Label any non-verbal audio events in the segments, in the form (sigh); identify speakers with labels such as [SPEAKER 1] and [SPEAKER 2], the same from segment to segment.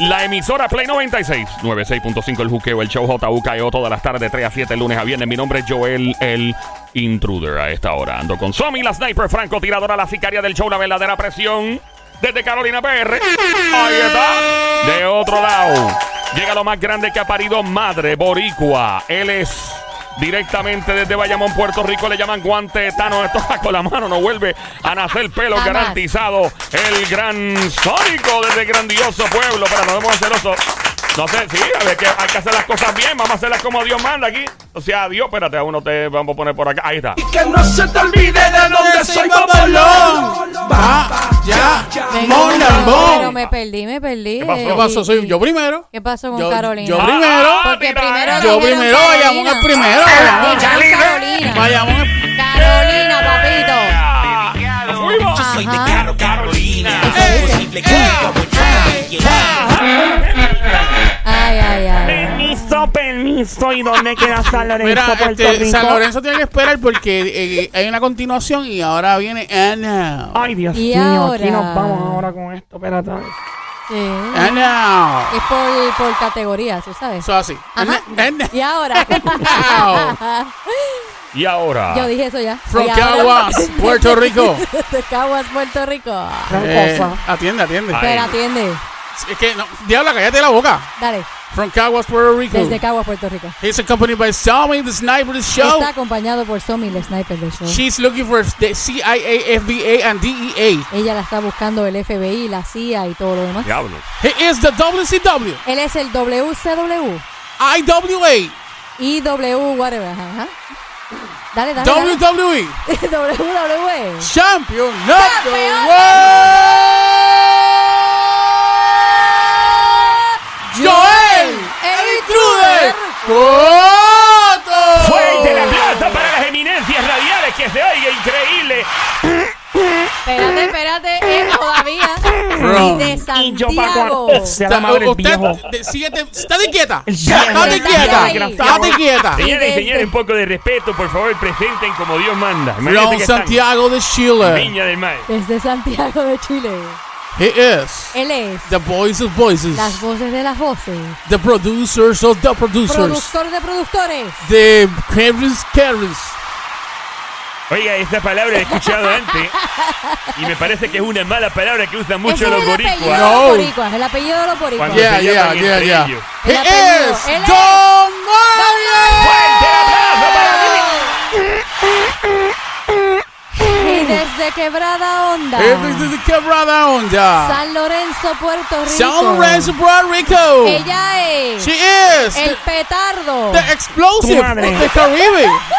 [SPEAKER 1] La emisora Play 96, 96.5 El Juqueo, el show JUKEO E todas las tardes de 3 a 7, lunes a viernes. Mi nombre es Joel, el intruder a esta hora. Ando con Somi, la sniper francotiradora, la sicaria del show, la verdadera presión. Desde Carolina PR. Ahí está. De otro lado. Llega lo más grande que ha parido madre boricua. Él es directamente desde Bayamón, Puerto Rico. Le llaman guante Tano. Esto va con la mano. No vuelve a nacer pelo
[SPEAKER 2] Jamás.
[SPEAKER 1] garantizado. El gran sónico desde grandioso pueblo. Pero no debemos ser celosos. No sé, sí, a ver, que hay que hacer las cosas bien, vamos a hacerlas como Dios manda aquí. O sea, Dios, espérate, a uno te vamos a poner por acá. Ahí está.
[SPEAKER 3] Que no se te olvide de dónde soy, Bobolón. Va,
[SPEAKER 4] Ah.
[SPEAKER 3] ya,
[SPEAKER 2] Venga,
[SPEAKER 3] mon
[SPEAKER 2] pero- Pero
[SPEAKER 3] lambón.
[SPEAKER 2] me perdí, me perdí.
[SPEAKER 1] ¿Qué pasó?
[SPEAKER 2] Eh,
[SPEAKER 1] ¿Qué
[SPEAKER 2] y-
[SPEAKER 1] pasó?
[SPEAKER 2] y-
[SPEAKER 4] Soy yo primero.
[SPEAKER 2] ¿Qué pasó con
[SPEAKER 4] Yo-
[SPEAKER 2] Carolina?
[SPEAKER 4] yo
[SPEAKER 2] Ah,
[SPEAKER 4] primero.
[SPEAKER 2] Porque
[SPEAKER 1] mira,
[SPEAKER 2] primero
[SPEAKER 4] Yo
[SPEAKER 2] dijeron
[SPEAKER 4] primero,
[SPEAKER 2] Carolina.
[SPEAKER 4] Bayamón es primero.
[SPEAKER 2] Ah,
[SPEAKER 4] Bayamón.
[SPEAKER 2] dijeron Carolina.
[SPEAKER 4] Bayamón es-
[SPEAKER 2] Carolina, papito.
[SPEAKER 1] Ah, nos fuimos.
[SPEAKER 2] Ajá. Ay, ay, ay.
[SPEAKER 5] Permiso, permiso. ¿Y dónde queda
[SPEAKER 4] (laughs)
[SPEAKER 5] San Lorenzo,
[SPEAKER 4] Mira,
[SPEAKER 5] eh, Puerto
[SPEAKER 4] este,
[SPEAKER 5] Rico?
[SPEAKER 4] San Lorenzo tiene que esperar porque eh, hay una continuación y ahora viene Ana.
[SPEAKER 5] Ay, Dios
[SPEAKER 2] Y
[SPEAKER 5] mío, aquí
[SPEAKER 2] ahora.
[SPEAKER 5] nos vamos ahora con esto, espérate.
[SPEAKER 2] Sí.
[SPEAKER 4] Ana.
[SPEAKER 2] Es por, por categoría, tú sabes.
[SPEAKER 4] Eso así.
[SPEAKER 2] Ajá.
[SPEAKER 4] Ana. Ana.
[SPEAKER 2] Y ahora.
[SPEAKER 4] (laughs) Wow.
[SPEAKER 1] Y ahora.
[SPEAKER 2] (laughs) Yo dije eso ya.
[SPEAKER 4] From
[SPEAKER 2] Y ahora-
[SPEAKER 4] Caguas, Puerto Rico.
[SPEAKER 2] (laughs) De Caguas, Puerto Rico.
[SPEAKER 5] Gran
[SPEAKER 4] Eh,
[SPEAKER 5] cosa.
[SPEAKER 4] atiende, atiende.
[SPEAKER 1] Ay.
[SPEAKER 2] Pero atiende.
[SPEAKER 4] Es que, no, diabla, cállate la boca.
[SPEAKER 2] Dale.
[SPEAKER 4] From Caguas, Puerto Rico.
[SPEAKER 2] Desde Caguas, Puerto Rico.
[SPEAKER 4] He's accompanied by Sami, the sniper of the show.
[SPEAKER 2] Está acompañado por Somi, el sniper del show.
[SPEAKER 4] She's looking for the CIA, FBA, and E DEA.
[SPEAKER 2] Ella la está buscando el FBI, la CIA y todo lo demás.
[SPEAKER 1] Diablo.
[SPEAKER 4] He is the WCW,
[SPEAKER 2] Él es el WCW,
[SPEAKER 4] IWA,
[SPEAKER 2] IW, whatever. Ajá. Dale, dale. dale. E.
[SPEAKER 4] WWE,
[SPEAKER 2] (laughs) WWE.
[SPEAKER 4] E Champion of the
[SPEAKER 2] Campeón.
[SPEAKER 4] World. Joel,
[SPEAKER 2] el
[SPEAKER 4] el intruder,
[SPEAKER 2] intruder.
[SPEAKER 4] Coto.
[SPEAKER 1] Fuerte la plaza para las eminencias radiales que se oiga increíble.
[SPEAKER 2] Espérate, espérate. Es todavía
[SPEAKER 4] Bro.
[SPEAKER 2] de
[SPEAKER 5] Y yo para
[SPEAKER 2] Santiago.
[SPEAKER 5] cuando sea la madre del
[SPEAKER 4] Usted,
[SPEAKER 5] viejo.
[SPEAKER 4] de- síguete, estate quieta,
[SPEAKER 5] viejo.
[SPEAKER 4] estate
[SPEAKER 2] El
[SPEAKER 4] quieta,
[SPEAKER 2] viejo.
[SPEAKER 4] estate quieta.
[SPEAKER 2] Y
[SPEAKER 1] Señores y
[SPEAKER 2] desde-
[SPEAKER 1] señores, un poco de respeto, por favor, presenten como Dios manda. Imagínate
[SPEAKER 4] From
[SPEAKER 1] que están
[SPEAKER 4] Santiago de
[SPEAKER 1] en
[SPEAKER 4] Chile,
[SPEAKER 1] Viña del Mar.
[SPEAKER 2] Desde Santiago de Chile.
[SPEAKER 4] he is
[SPEAKER 2] Él es
[SPEAKER 4] the voice of voices,
[SPEAKER 2] las voces de las voces.
[SPEAKER 4] the producers of the producers.
[SPEAKER 2] Productor de productores.
[SPEAKER 4] de Kevin's Kevin's.
[SPEAKER 1] Oiga, esta palabra la he escuchado antes y me parece que es una mala palabra que usan mucho
[SPEAKER 2] Ese
[SPEAKER 1] los
[SPEAKER 2] es el apellido
[SPEAKER 1] boricuas.
[SPEAKER 4] No.
[SPEAKER 2] de los boricuas. El apellido de los boricuas.
[SPEAKER 1] Cuando-
[SPEAKER 4] Yeah,
[SPEAKER 1] se
[SPEAKER 4] yeah,
[SPEAKER 1] llaman
[SPEAKER 4] yeah,
[SPEAKER 1] entre
[SPEAKER 4] yeah.
[SPEAKER 1] ellos.
[SPEAKER 4] He
[SPEAKER 2] El apellido,
[SPEAKER 4] is
[SPEAKER 2] él es-
[SPEAKER 4] Don Mario.
[SPEAKER 1] ¡Fuerte el aplauso para mí!
[SPEAKER 2] Y desde Quebrada Onda.
[SPEAKER 4] He is the Quebrada Onda.
[SPEAKER 2] San Lorenzo, Puerto Rico.
[SPEAKER 4] San Lorenzo, Puerto Rico.
[SPEAKER 2] Ella es
[SPEAKER 4] She is the,
[SPEAKER 2] el petardo.
[SPEAKER 4] the explosive
[SPEAKER 5] Tu madre.
[SPEAKER 4] of the Caribbean. The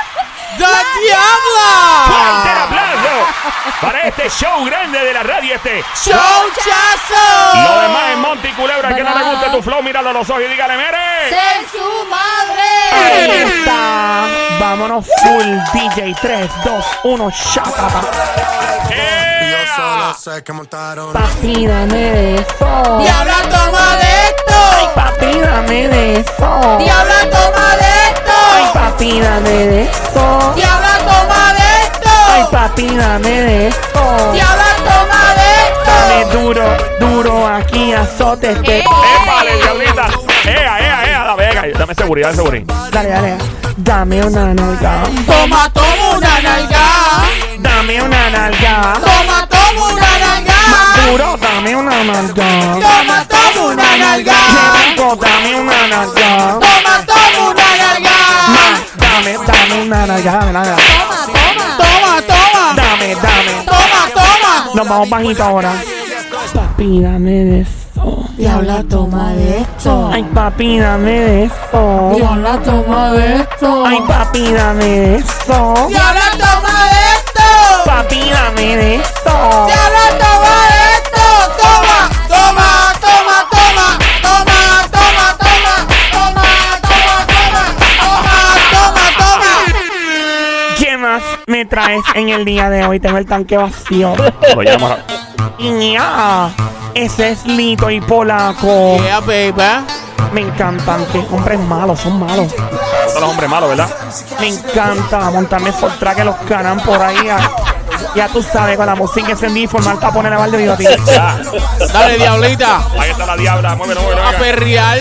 [SPEAKER 1] ¡Fuerte el
[SPEAKER 4] Diabla.
[SPEAKER 1] aplauso para este show grande de la radio este!
[SPEAKER 4] Chochazo.
[SPEAKER 1] Lo demás es Monte y Culebra, que no le
[SPEAKER 2] Bravo.
[SPEAKER 1] guste tu flow, míralo a los ojos y dígale, mire.
[SPEAKER 2] ¡Ser su
[SPEAKER 5] Ahí
[SPEAKER 2] madre!
[SPEAKER 5] está. Vámonos full DJ 3, 2, 1, (laughs) shaka.
[SPEAKER 1] ¡Ea!
[SPEAKER 6] sé que montaron.
[SPEAKER 5] Papi, dame de
[SPEAKER 2] Oh.
[SPEAKER 5] eso.
[SPEAKER 4] Diabla, toma de esto.
[SPEAKER 5] Papi, dame de eso.
[SPEAKER 4] Diabla, toma de
[SPEAKER 5] Ay,
[SPEAKER 4] esto.
[SPEAKER 5] papi, dame de eso.
[SPEAKER 4] Diabla, toma de
[SPEAKER 5] Ay,
[SPEAKER 4] esto.
[SPEAKER 5] papi, dame de eso.
[SPEAKER 4] Diabla, toma de
[SPEAKER 5] Dame
[SPEAKER 4] esto.
[SPEAKER 5] duro, duro aquí, azote. este.
[SPEAKER 2] ¡Eh!
[SPEAKER 1] ¡Épale, diablita! ¡Ea, ea, ea! Dame, ea, dame seguridad, dame seguridad.
[SPEAKER 5] Dale, dale. Dame una nalga.
[SPEAKER 4] Toma, toma una nalga.
[SPEAKER 5] Dame una nalga.
[SPEAKER 4] Toma, toma una nalga.
[SPEAKER 5] Duro, dame una nalga.
[SPEAKER 4] Toma, toma una nalga.
[SPEAKER 5] Rico, dame una nalga.
[SPEAKER 4] Toma, toma una nalga.
[SPEAKER 5] Dame, dame una nalga. Dame, nalga.
[SPEAKER 2] ¡Toma, toma!
[SPEAKER 4] Toma, toma.
[SPEAKER 5] dame, dame.
[SPEAKER 4] Toma, toma.
[SPEAKER 5] Nos vamos bajito ahora. Papi, dame de eso.
[SPEAKER 2] Diabla, toma de esto.
[SPEAKER 5] Ay, papi, dame de eso.
[SPEAKER 2] Diabla, toma de esto.
[SPEAKER 5] Ay, papi, dame de eso.
[SPEAKER 4] Diabla, toma de esto.
[SPEAKER 5] Papi, dame de eso.
[SPEAKER 4] Diabla, toma de esto. Toma, toma, toma, toma. Toma, toma, toma. Toma, toma, toma. Toma, toma, toma.
[SPEAKER 5] ¿Qué más me traes en el día de hoy? Tengo el tanque vacío.
[SPEAKER 1] Lo llamo ahora.
[SPEAKER 5] Iñá, ese es Lito y Polaco.
[SPEAKER 4] Yeah, baby.
[SPEAKER 5] Me encantan, que hombres malos, son malos.
[SPEAKER 1] Son los hombres malos, ¿verdad?
[SPEAKER 5] Me encanta montarme por track que los ganan por ahí. ah. Ya tú sabes, con la música encendí, formal para poner a Valde Bigotín.
[SPEAKER 1] Ah,
[SPEAKER 4] Dale, diablita.
[SPEAKER 1] ahí está la diabla. Muévelo, muévelo.
[SPEAKER 4] A
[SPEAKER 1] venga.
[SPEAKER 4] perrear.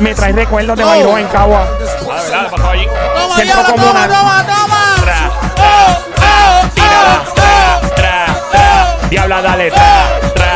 [SPEAKER 5] Me trae recuerdos de Bayro en Cagua.
[SPEAKER 1] Dale, dale, pasó allí.
[SPEAKER 4] Toma,
[SPEAKER 5] Centro
[SPEAKER 4] diabla, toma,
[SPEAKER 5] comunal.
[SPEAKER 4] toma, toma.
[SPEAKER 1] Tra,
[SPEAKER 4] Oh, oh,
[SPEAKER 1] tirada,
[SPEAKER 4] oh,
[SPEAKER 1] tra,
[SPEAKER 4] oh.
[SPEAKER 1] tra, tra. Diabla, dale, tra, tra.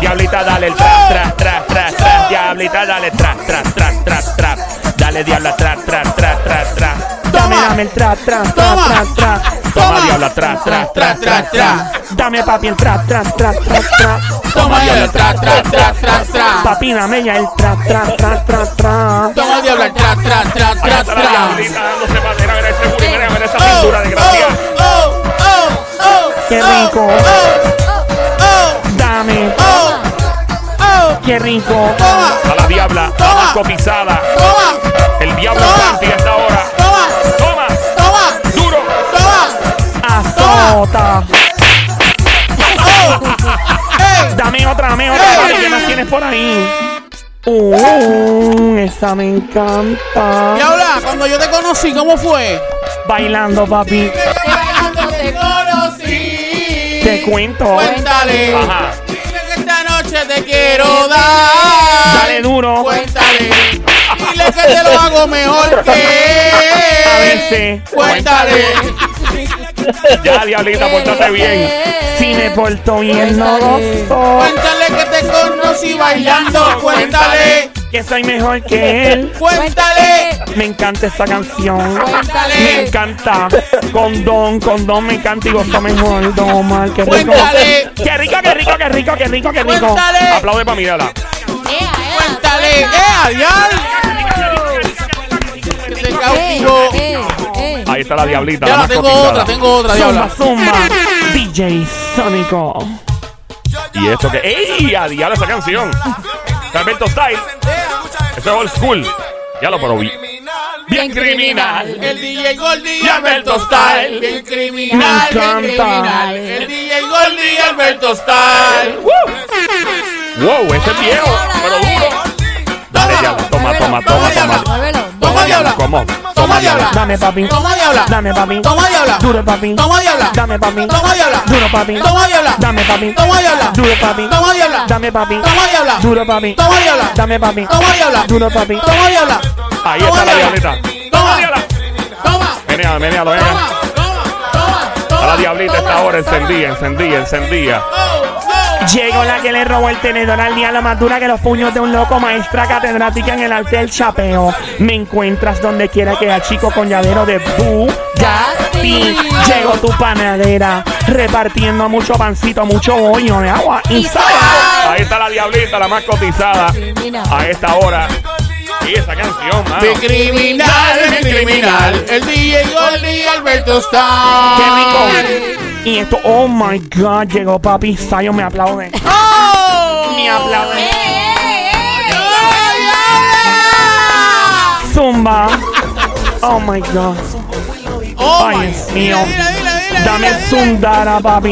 [SPEAKER 1] Diablita, dale, el tra, tra, tra, tra, tra. Diablita, dale, tra, tra, tra, tra, tra. Dale, diabla, tra, tra, tra, tra, tra.
[SPEAKER 5] Dame,
[SPEAKER 4] Toma.
[SPEAKER 5] dame el tra, tra, tra,
[SPEAKER 4] Toma.
[SPEAKER 5] tra, tra.
[SPEAKER 1] Toma,
[SPEAKER 4] Toma.
[SPEAKER 1] diabla, tra, tra, tra, tra, tra.
[SPEAKER 5] Dame papi el tra, tra, tra, tra, tra.
[SPEAKER 4] Toma, diabla, tra, tra, tra, tra, tra.
[SPEAKER 5] Papi, dame ya el tra, tra, tra, tra, tra.
[SPEAKER 4] Toma, diabla, tra, tra, tra,
[SPEAKER 1] Ahí
[SPEAKER 4] tra,
[SPEAKER 1] está la
[SPEAKER 4] tra.
[SPEAKER 1] diablita dándose para mira, mira ese booty, mira, mira esa
[SPEAKER 4] Oh,
[SPEAKER 1] cintura de gracia.
[SPEAKER 4] oh, oh, oh,
[SPEAKER 5] Qué
[SPEAKER 4] oh,
[SPEAKER 5] rico.
[SPEAKER 4] oh, oh,
[SPEAKER 5] Dame,
[SPEAKER 4] oh, oh.
[SPEAKER 5] qué rico.
[SPEAKER 4] Toma,
[SPEAKER 1] A la diabla,
[SPEAKER 4] Toma.
[SPEAKER 1] la cotizada.
[SPEAKER 4] toma,
[SPEAKER 1] El diablo
[SPEAKER 4] Toma.
[SPEAKER 1] Santi a esta hora.
[SPEAKER 4] toma,
[SPEAKER 1] Toma,
[SPEAKER 4] toma,
[SPEAKER 1] duro.
[SPEAKER 4] toma.
[SPEAKER 5] Azota.
[SPEAKER 4] Ey,
[SPEAKER 5] Dame otra, dame otra.
[SPEAKER 4] Ey.
[SPEAKER 5] papi, ¿Qué más tienes por ahí? Uh, esa me encanta.
[SPEAKER 4] Diabla, cuando yo te conocí, ¿cómo fue?
[SPEAKER 5] Bailando, papi.
[SPEAKER 2] bailando te
[SPEAKER 4] conocí.
[SPEAKER 5] Te cuento.
[SPEAKER 4] Cuéntale.
[SPEAKER 1] Ajá.
[SPEAKER 4] Dile que esta noche te quiero dar.
[SPEAKER 5] Dale duro.
[SPEAKER 4] Cuéntale. Dile que te lo hago mejor que él.
[SPEAKER 5] A ver si.
[SPEAKER 4] Cuéntale.
[SPEAKER 1] Ya, (laughs) diablita, pórtate bien.
[SPEAKER 5] Si me porto bien, no gozo.
[SPEAKER 4] Cuéntale que te conocí bailando. Cuéntale.
[SPEAKER 5] Que soy mejor que él.
[SPEAKER 4] Cuéntale.
[SPEAKER 5] Me encanta esta canción. Me
[SPEAKER 4] Cuéntale.
[SPEAKER 5] encanta. Condón, condón, me encanta y gozo mejor. No mal, qué rico.
[SPEAKER 4] Cuéntale.
[SPEAKER 5] Qué rico, qué rico, qué rico, qué rico, qué rico.
[SPEAKER 4] Cuéntale.
[SPEAKER 1] Aplaude para mirarla.
[SPEAKER 2] Eh,
[SPEAKER 4] Cuéntale. Eh, adiós. Que te
[SPEAKER 2] eh,
[SPEAKER 5] Eh,
[SPEAKER 4] cautivo.
[SPEAKER 1] Ahí está la diablita. la
[SPEAKER 4] Ya
[SPEAKER 1] más
[SPEAKER 4] tengo
[SPEAKER 1] cotizada.
[SPEAKER 4] otra, tengo otra,
[SPEAKER 5] Zumba,
[SPEAKER 4] diabla.
[SPEAKER 5] zumba. DJ Sónico.
[SPEAKER 1] Y esto que. ¡Ey! A diablo esa canción. Alberto Style. Eso es old school. Ya lo probé. Bien criminal.
[SPEAKER 4] El DJ Gordy y
[SPEAKER 1] Y
[SPEAKER 4] Alberto
[SPEAKER 1] Alberto
[SPEAKER 4] Style.
[SPEAKER 1] Style.
[SPEAKER 4] Bien criminal,
[SPEAKER 5] Me
[SPEAKER 4] bien
[SPEAKER 5] encanta.
[SPEAKER 4] criminal. El DJ Gordy y Alberto Style.
[SPEAKER 1] Wow, ese es viejo. Pero
[SPEAKER 2] eh,
[SPEAKER 1] duro. Dale, diabla. Toma, toma, toma, toma.
[SPEAKER 4] Toma, diabla.
[SPEAKER 1] ¿Cómo?
[SPEAKER 4] Toma, diabla.
[SPEAKER 5] Dame, papi.
[SPEAKER 4] Toma, diabla.
[SPEAKER 5] Dame, papi.
[SPEAKER 4] Toma, diabla.
[SPEAKER 5] Duro, papi.
[SPEAKER 4] Toma, diabla.
[SPEAKER 5] Dame, papi.
[SPEAKER 4] Toma, diabla.
[SPEAKER 5] Duro, papi.
[SPEAKER 4] Toma, diabla.
[SPEAKER 5] Dame, papi.
[SPEAKER 4] Toma, diabla.
[SPEAKER 5] Duro, papi.
[SPEAKER 4] Toma, diabla.
[SPEAKER 5] Dame, papi.
[SPEAKER 4] Toma, diabla.
[SPEAKER 5] Duro, papi.
[SPEAKER 4] Toma, diabla.
[SPEAKER 5] Dame, papi.
[SPEAKER 4] Toma, diabla.
[SPEAKER 5] Duro, papi.
[SPEAKER 4] Toma, diabla.
[SPEAKER 1] Ahí
[SPEAKER 4] Toma,
[SPEAKER 1] está la
[SPEAKER 4] diabla.
[SPEAKER 1] diablita.
[SPEAKER 4] Toma,
[SPEAKER 1] Toma, diabla.
[SPEAKER 4] Toma,
[SPEAKER 1] Menealo, menealo, venga.
[SPEAKER 4] toma, toma, toma, toma.
[SPEAKER 1] A la diablita
[SPEAKER 4] toma,
[SPEAKER 1] esta hora
[SPEAKER 4] toma.
[SPEAKER 1] encendía, encendía, encendía.
[SPEAKER 4] Oh, oh.
[SPEAKER 5] Llegó la que le robó el tenedor al día, la más dura que los puños de un loco, maestra catedrática en el arte del chapeo. Me encuentras donde quiera que a chico con llavero de Bugatti. Llegó tu panadera, repartiendo mucho pancito, mucho boño de agua y sal.
[SPEAKER 1] Ahí está la diablita, la más cotizada. A esta hora. Y esa canción, mano.
[SPEAKER 4] Mi criminal, mi criminal, el DJ Gordy Alberto está.
[SPEAKER 5] ¡Qué rico! Y esto, oh my God, llegó papi Sayo, me aplaude. Me aplaude.
[SPEAKER 2] eh.
[SPEAKER 5] Zumba. Oh my God.
[SPEAKER 4] Oh,
[SPEAKER 5] Ay,
[SPEAKER 4] my-
[SPEAKER 5] Dios
[SPEAKER 4] Dile,
[SPEAKER 5] mío.
[SPEAKER 4] dile, dile, dile,
[SPEAKER 5] Dame
[SPEAKER 4] dile, dile.
[SPEAKER 5] Zundara, papi.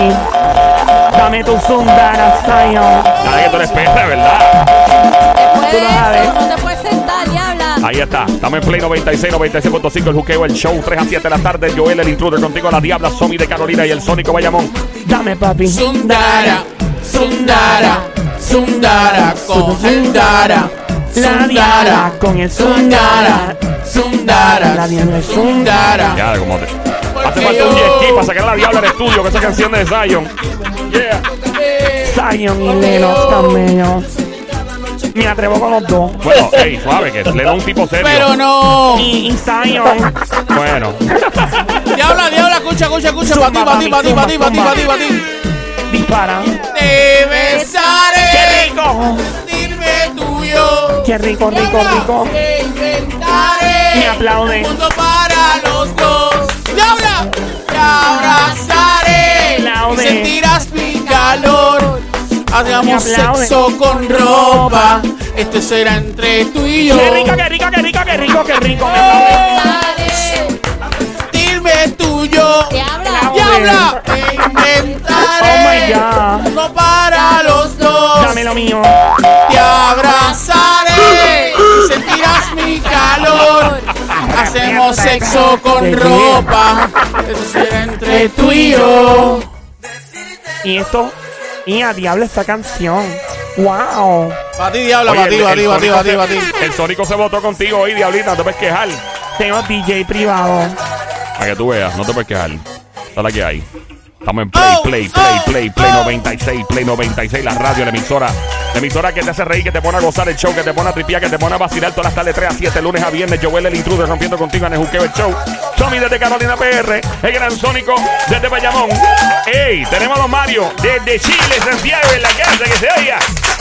[SPEAKER 5] Dame tu Zundara, Sayo.
[SPEAKER 1] Dale que tú eres perra, ¿verdad?
[SPEAKER 2] No te puedes sentar, diabla.
[SPEAKER 1] Ahí está. Estamos en Play 96, 96.5, el juqueo, el show, 3 a 7 de la tarde. Joel, el intruder, contigo la diabla, Somi de Carolina y el Sónico Bayamón.
[SPEAKER 5] Dame, papi.
[SPEAKER 4] Sundara, Sundara, Sundara, con Sundara.
[SPEAKER 5] La diabla con el
[SPEAKER 4] Sundara,
[SPEAKER 5] Sundara.
[SPEAKER 4] Sundara,
[SPEAKER 5] La diabla es
[SPEAKER 4] Sundara.
[SPEAKER 1] Ya, como te... Hace
[SPEAKER 4] Porque
[SPEAKER 1] falta
[SPEAKER 4] yo-
[SPEAKER 1] un jet ski para sacar a la diabla del estudio con esa canción de Zion. Yeah.
[SPEAKER 5] Zion y Lennox también. Me atrevo con los dos.
[SPEAKER 1] Bueno, hey, suave, que le da un tipo serio.
[SPEAKER 4] Pero no.
[SPEAKER 5] Y, y Zion.
[SPEAKER 1] Bueno.
[SPEAKER 4] Diabla, diabla, escucha, escucha, escucha. Para ti, para ti, para ti, para ti, para ti, para ti, para ti.
[SPEAKER 5] Dispara.
[SPEAKER 4] Te besaré.
[SPEAKER 5] ¡Qué rico!
[SPEAKER 4] Sentirme tuyo.
[SPEAKER 5] ¡Qué rico, rico, rico!
[SPEAKER 4] Te inventaré.
[SPEAKER 5] Me aplaude.
[SPEAKER 4] Un mundo para los dos. ¡Diabla! Te abrazaré.
[SPEAKER 5] Aplaude.
[SPEAKER 4] Y sentirás mi calor. Hagamos
[SPEAKER 5] Me aplaude.
[SPEAKER 4] sexo con ropa. Esto será entre tú y yo.
[SPEAKER 5] ¡Qué rico, qué rico, qué rico, qué rico, qué rico! Me aplaude.
[SPEAKER 4] Sentirme tuyo.
[SPEAKER 2] Diabla.
[SPEAKER 4] ¡Diabla! Te inventaré.
[SPEAKER 5] Oh, my God.
[SPEAKER 4] Un mundo para los dos.
[SPEAKER 5] Dame lo mío.
[SPEAKER 4] Te abrazaré y sentirás mi calor. Hacemos Tenemos sexo con
[SPEAKER 5] ¿De qué?
[SPEAKER 4] ropa. Eso será entre tú y yo.
[SPEAKER 5] Y esto, y a diablo esta canción. ¡Wow!
[SPEAKER 3] Para ti, diablo,
[SPEAKER 1] Oye,
[SPEAKER 3] para ti,
[SPEAKER 1] el-
[SPEAKER 3] para
[SPEAKER 1] el
[SPEAKER 3] ti, para ti,
[SPEAKER 1] Sónico
[SPEAKER 3] para ti,
[SPEAKER 1] se-
[SPEAKER 3] para ti.
[SPEAKER 1] El Sónico se votó contigo hoy, diablita, no te puedes quejar.
[SPEAKER 5] Tengo DJ privado.
[SPEAKER 1] Para que tú veas, no te puedes quejar. Está la que hay. Estamos en Play,
[SPEAKER 3] Oh,
[SPEAKER 1] Play, Play,
[SPEAKER 3] oh,
[SPEAKER 1] Play, Play
[SPEAKER 3] oh.
[SPEAKER 1] 96, Play 96, la radio, la emisora. La emisora que te hace reír, que te pone a gozar el show, que te pone a tripiar, que te pone a vacilar todas las tardes 3 a 7, lunes a viernes. Joel el intruder rompiendo contigo en el juqueo el show. Tommy desde Carolina PR, el gran Sónico desde Bayamón. ¡Ey! Tenemos a los Mario desde Chile, Santiago, en la casa que se oiga.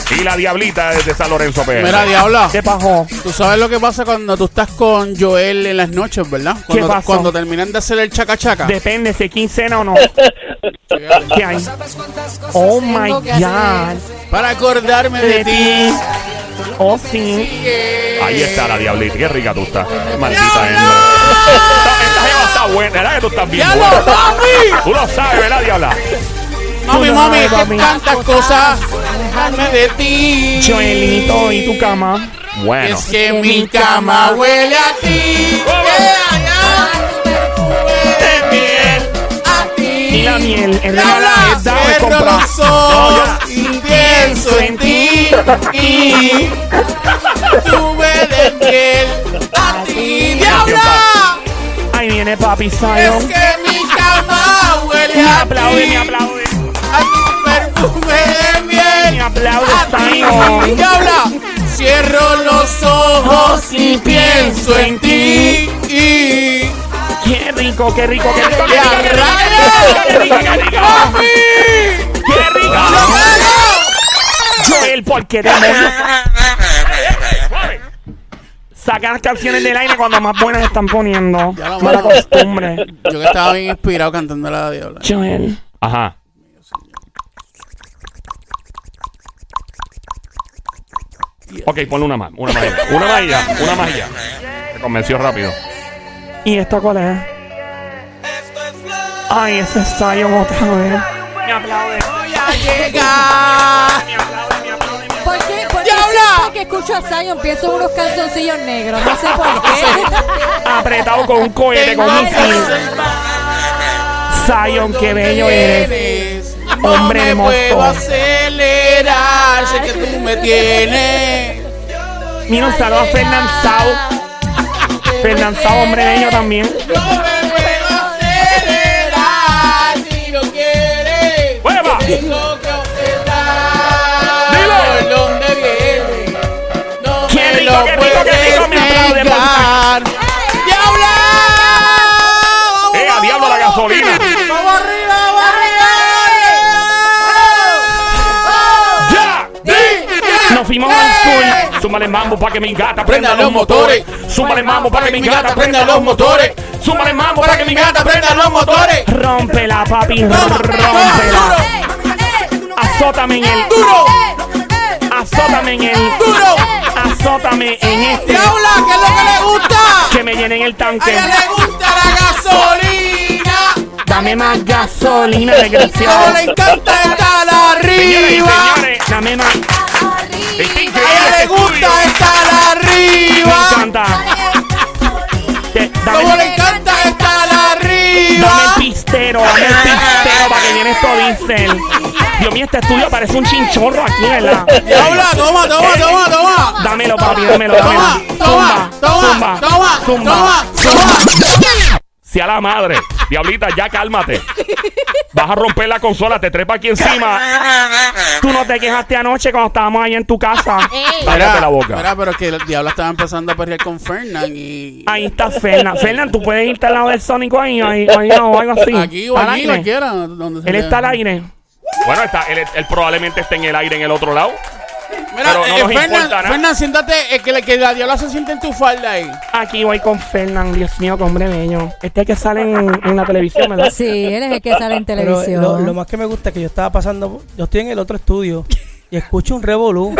[SPEAKER 1] Y la Diablita desde San Lorenzo PR.
[SPEAKER 4] Mira, diabla.
[SPEAKER 5] ¿Qué pasó?
[SPEAKER 4] Tú sabes lo que pasa cuando tú estás con Joel en las noches, ¿verdad? Cuando,
[SPEAKER 5] pasó?
[SPEAKER 4] cuando terminan de hacer el chaca chaca.
[SPEAKER 5] Depende si es quincena o no. ¿Qué hay? Oh my God.
[SPEAKER 4] Para acordarme de ti.
[SPEAKER 5] Oh sí.
[SPEAKER 1] Ahí está la diablita. Qué rica tú estás. Maldita hembra. Esta, esta jeva está buena. ¿Verdad que tú estás bien
[SPEAKER 4] ¡Diablo,
[SPEAKER 1] buena?
[SPEAKER 4] mami!
[SPEAKER 1] Tú lo sabes, ¿verdad, diabla?
[SPEAKER 4] Mami,
[SPEAKER 5] Tú no
[SPEAKER 4] mami,
[SPEAKER 5] sabes,
[SPEAKER 4] que
[SPEAKER 5] mami.
[SPEAKER 4] tantas cosas. Alejarme de ti.
[SPEAKER 5] Joelito y tu cama.
[SPEAKER 1] Bueno.
[SPEAKER 4] Es que mi cama huele a ti.
[SPEAKER 1] ¿Cómo?
[SPEAKER 4] Yeah, yeah. De miel a ti.
[SPEAKER 5] Y la miel. El regalo
[SPEAKER 4] Diabla,
[SPEAKER 5] es dado, es
[SPEAKER 4] cierro
[SPEAKER 5] comprado.
[SPEAKER 4] los ojos y pienso en ti. Y tú me de piel a ti. Diabla,
[SPEAKER 5] Ahí viene papi
[SPEAKER 4] es
[SPEAKER 5] Zion.
[SPEAKER 4] que mi cama huele
[SPEAKER 5] Me
[SPEAKER 4] a
[SPEAKER 5] aplaude, me
[SPEAKER 4] ti.
[SPEAKER 5] aplaude.
[SPEAKER 4] A tu perfume de
[SPEAKER 5] Me
[SPEAKER 4] miel.
[SPEAKER 5] aplaude
[SPEAKER 4] A ti.
[SPEAKER 5] Zion.
[SPEAKER 4] Diabla, cierro los ojos y pienso en ti. Y
[SPEAKER 5] Qué rico, qué rico, qué rico.
[SPEAKER 4] ¡Qué
[SPEAKER 5] Qué rico, qué rico, qué rico.
[SPEAKER 4] ¡Papi!
[SPEAKER 5] Qué
[SPEAKER 4] ¡Lo
[SPEAKER 5] rico.
[SPEAKER 4] hago!
[SPEAKER 5] Joel, ¿por qué demonios? Saca las canciones del aire cuando más buenas están poniendo.
[SPEAKER 4] Ya la
[SPEAKER 5] Mala
[SPEAKER 4] mano.
[SPEAKER 5] costumbre.
[SPEAKER 4] Yo que estaba bien inspirado cantando la diabla.
[SPEAKER 5] Joel.
[SPEAKER 1] Ajá. Ok, ponle una más. Una más. allá, Una más allá, Una más allá. Te convenció rápido.
[SPEAKER 5] ¿Y esta cuál es? Ay, ese es Zion otra vez. Me aplaude.
[SPEAKER 4] Llega.
[SPEAKER 2] ¿Por qué? Porque
[SPEAKER 4] ¡Diabla!
[SPEAKER 2] siempre que escucho a Zion pienso en unos calzoncillos negros. No sé por qué.
[SPEAKER 5] Apretado con un cohete, con un
[SPEAKER 2] Tengo
[SPEAKER 5] misil. Zion, qué bello eres.
[SPEAKER 4] No
[SPEAKER 5] Hombre
[SPEAKER 4] me
[SPEAKER 5] hermoso.
[SPEAKER 4] puedo acelerar. Sé que tú me tienes.
[SPEAKER 5] Mira, un saludo a Fernand Sau. Fernand Sau, hombre bello también.
[SPEAKER 4] No me puedo acelerar. Si no quieres.
[SPEAKER 1] ¡Hueva!
[SPEAKER 4] Tengo que observar.
[SPEAKER 1] Dile.
[SPEAKER 4] Por dónde viene. No
[SPEAKER 5] Qué
[SPEAKER 4] me
[SPEAKER 5] rico,
[SPEAKER 4] lo
[SPEAKER 5] qué rico, qué rico,
[SPEAKER 4] puedes
[SPEAKER 5] me aplaude,
[SPEAKER 4] negar. ¡Diabla! ¡Vamos,
[SPEAKER 1] ¡Eh, a
[SPEAKER 4] vamos,
[SPEAKER 1] diablo la
[SPEAKER 4] vamos!
[SPEAKER 1] gasolina!
[SPEAKER 4] ¡Vamos arriba, vamos arriba!
[SPEAKER 1] ¡Ya!
[SPEAKER 5] Nos fuimos al school.
[SPEAKER 1] Súmale mambo para que mi gata prenda los
[SPEAKER 4] los
[SPEAKER 1] motores.
[SPEAKER 4] motores.
[SPEAKER 1] Súmale mambo para que mi gata prenda los motores.
[SPEAKER 4] motores!
[SPEAKER 1] Súmale mambo
[SPEAKER 4] ¡Para que mi gata prenda los motores!
[SPEAKER 5] Rómpela, papi. Rómpela. Azótame en el.
[SPEAKER 4] ¡Duro!
[SPEAKER 5] Azótame en el.
[SPEAKER 4] ¡Duro!
[SPEAKER 5] Azótame en este.
[SPEAKER 4] ¡Diabla, qué es lo que le gusta!
[SPEAKER 5] Que me llenen el
[SPEAKER 4] ¡A
[SPEAKER 5] tanque.
[SPEAKER 4] ella le gusta la gasolina!
[SPEAKER 5] Dame
[SPEAKER 4] (laughs)
[SPEAKER 5] más gasolina,
[SPEAKER 4] ¡Como le
[SPEAKER 5] desgraciado.
[SPEAKER 4] encanta estar
[SPEAKER 1] Señores y
[SPEAKER 4] arriba!
[SPEAKER 1] señores,
[SPEAKER 5] Dame más.
[SPEAKER 1] está
[SPEAKER 4] ¡A
[SPEAKER 1] increíble
[SPEAKER 4] ella le
[SPEAKER 1] este estudio.
[SPEAKER 4] gusta estar
[SPEAKER 5] Me
[SPEAKER 4] arriba!
[SPEAKER 5] encanta. Te-
[SPEAKER 4] ¡Como
[SPEAKER 5] dame,
[SPEAKER 4] le encanta estar
[SPEAKER 5] dame
[SPEAKER 4] arriba!
[SPEAKER 5] el pistero, dame el pistero para que viene esto diésel. Dios mío, este estudio parece un chinchorro aquí, ¿verdad?
[SPEAKER 4] ¡Diabla, toma, toma, toma, toma!
[SPEAKER 5] Dámelo, papi, dámelo,
[SPEAKER 4] Toma,
[SPEAKER 5] dámelo.
[SPEAKER 4] toma, toma,
[SPEAKER 5] zumba,
[SPEAKER 4] toma,
[SPEAKER 5] zumba.
[SPEAKER 4] toma, toma.
[SPEAKER 1] Sea la madre. Diablita, ya cálmate. Vas a romper la consola, te trepa aquí encima.
[SPEAKER 5] Tú no te quejaste anoche cuando estábamos ahí en tu casa.
[SPEAKER 1] Cállate la boca.
[SPEAKER 4] Mira, pero es que el diablo estaba empezando a perrear con Fernan y.
[SPEAKER 5] Ahí está Fernan. Fernan, tú puedes irte al lado del Sónico ahí, ahí, ahí o algo así.
[SPEAKER 4] Aquí o
[SPEAKER 5] Al
[SPEAKER 4] allí,
[SPEAKER 5] aire.
[SPEAKER 4] cualquiera. Donde se
[SPEAKER 5] Él
[SPEAKER 4] le-
[SPEAKER 5] está al aire.
[SPEAKER 1] Bueno, está, él, él probablemente esté en el aire en el otro lado.
[SPEAKER 4] Mira,
[SPEAKER 1] pero no
[SPEAKER 4] eh,
[SPEAKER 1] nos
[SPEAKER 4] Fernan,
[SPEAKER 1] importa nada.
[SPEAKER 4] Fernan, siéntate, eh, que, la- que la diabla se siente en tu falda ahí.
[SPEAKER 5] Aquí voy con Fernan, Dios mío, qué hombre bello. Este es que sale en, en la televisión, ¿verdad?
[SPEAKER 2] Sí, él es el que sale en
[SPEAKER 7] Pero eh,
[SPEAKER 2] televisión.
[SPEAKER 7] lo, lo más que me gusta es que yo estaba pasando, yo estoy en el otro estudio y escucho un revolú.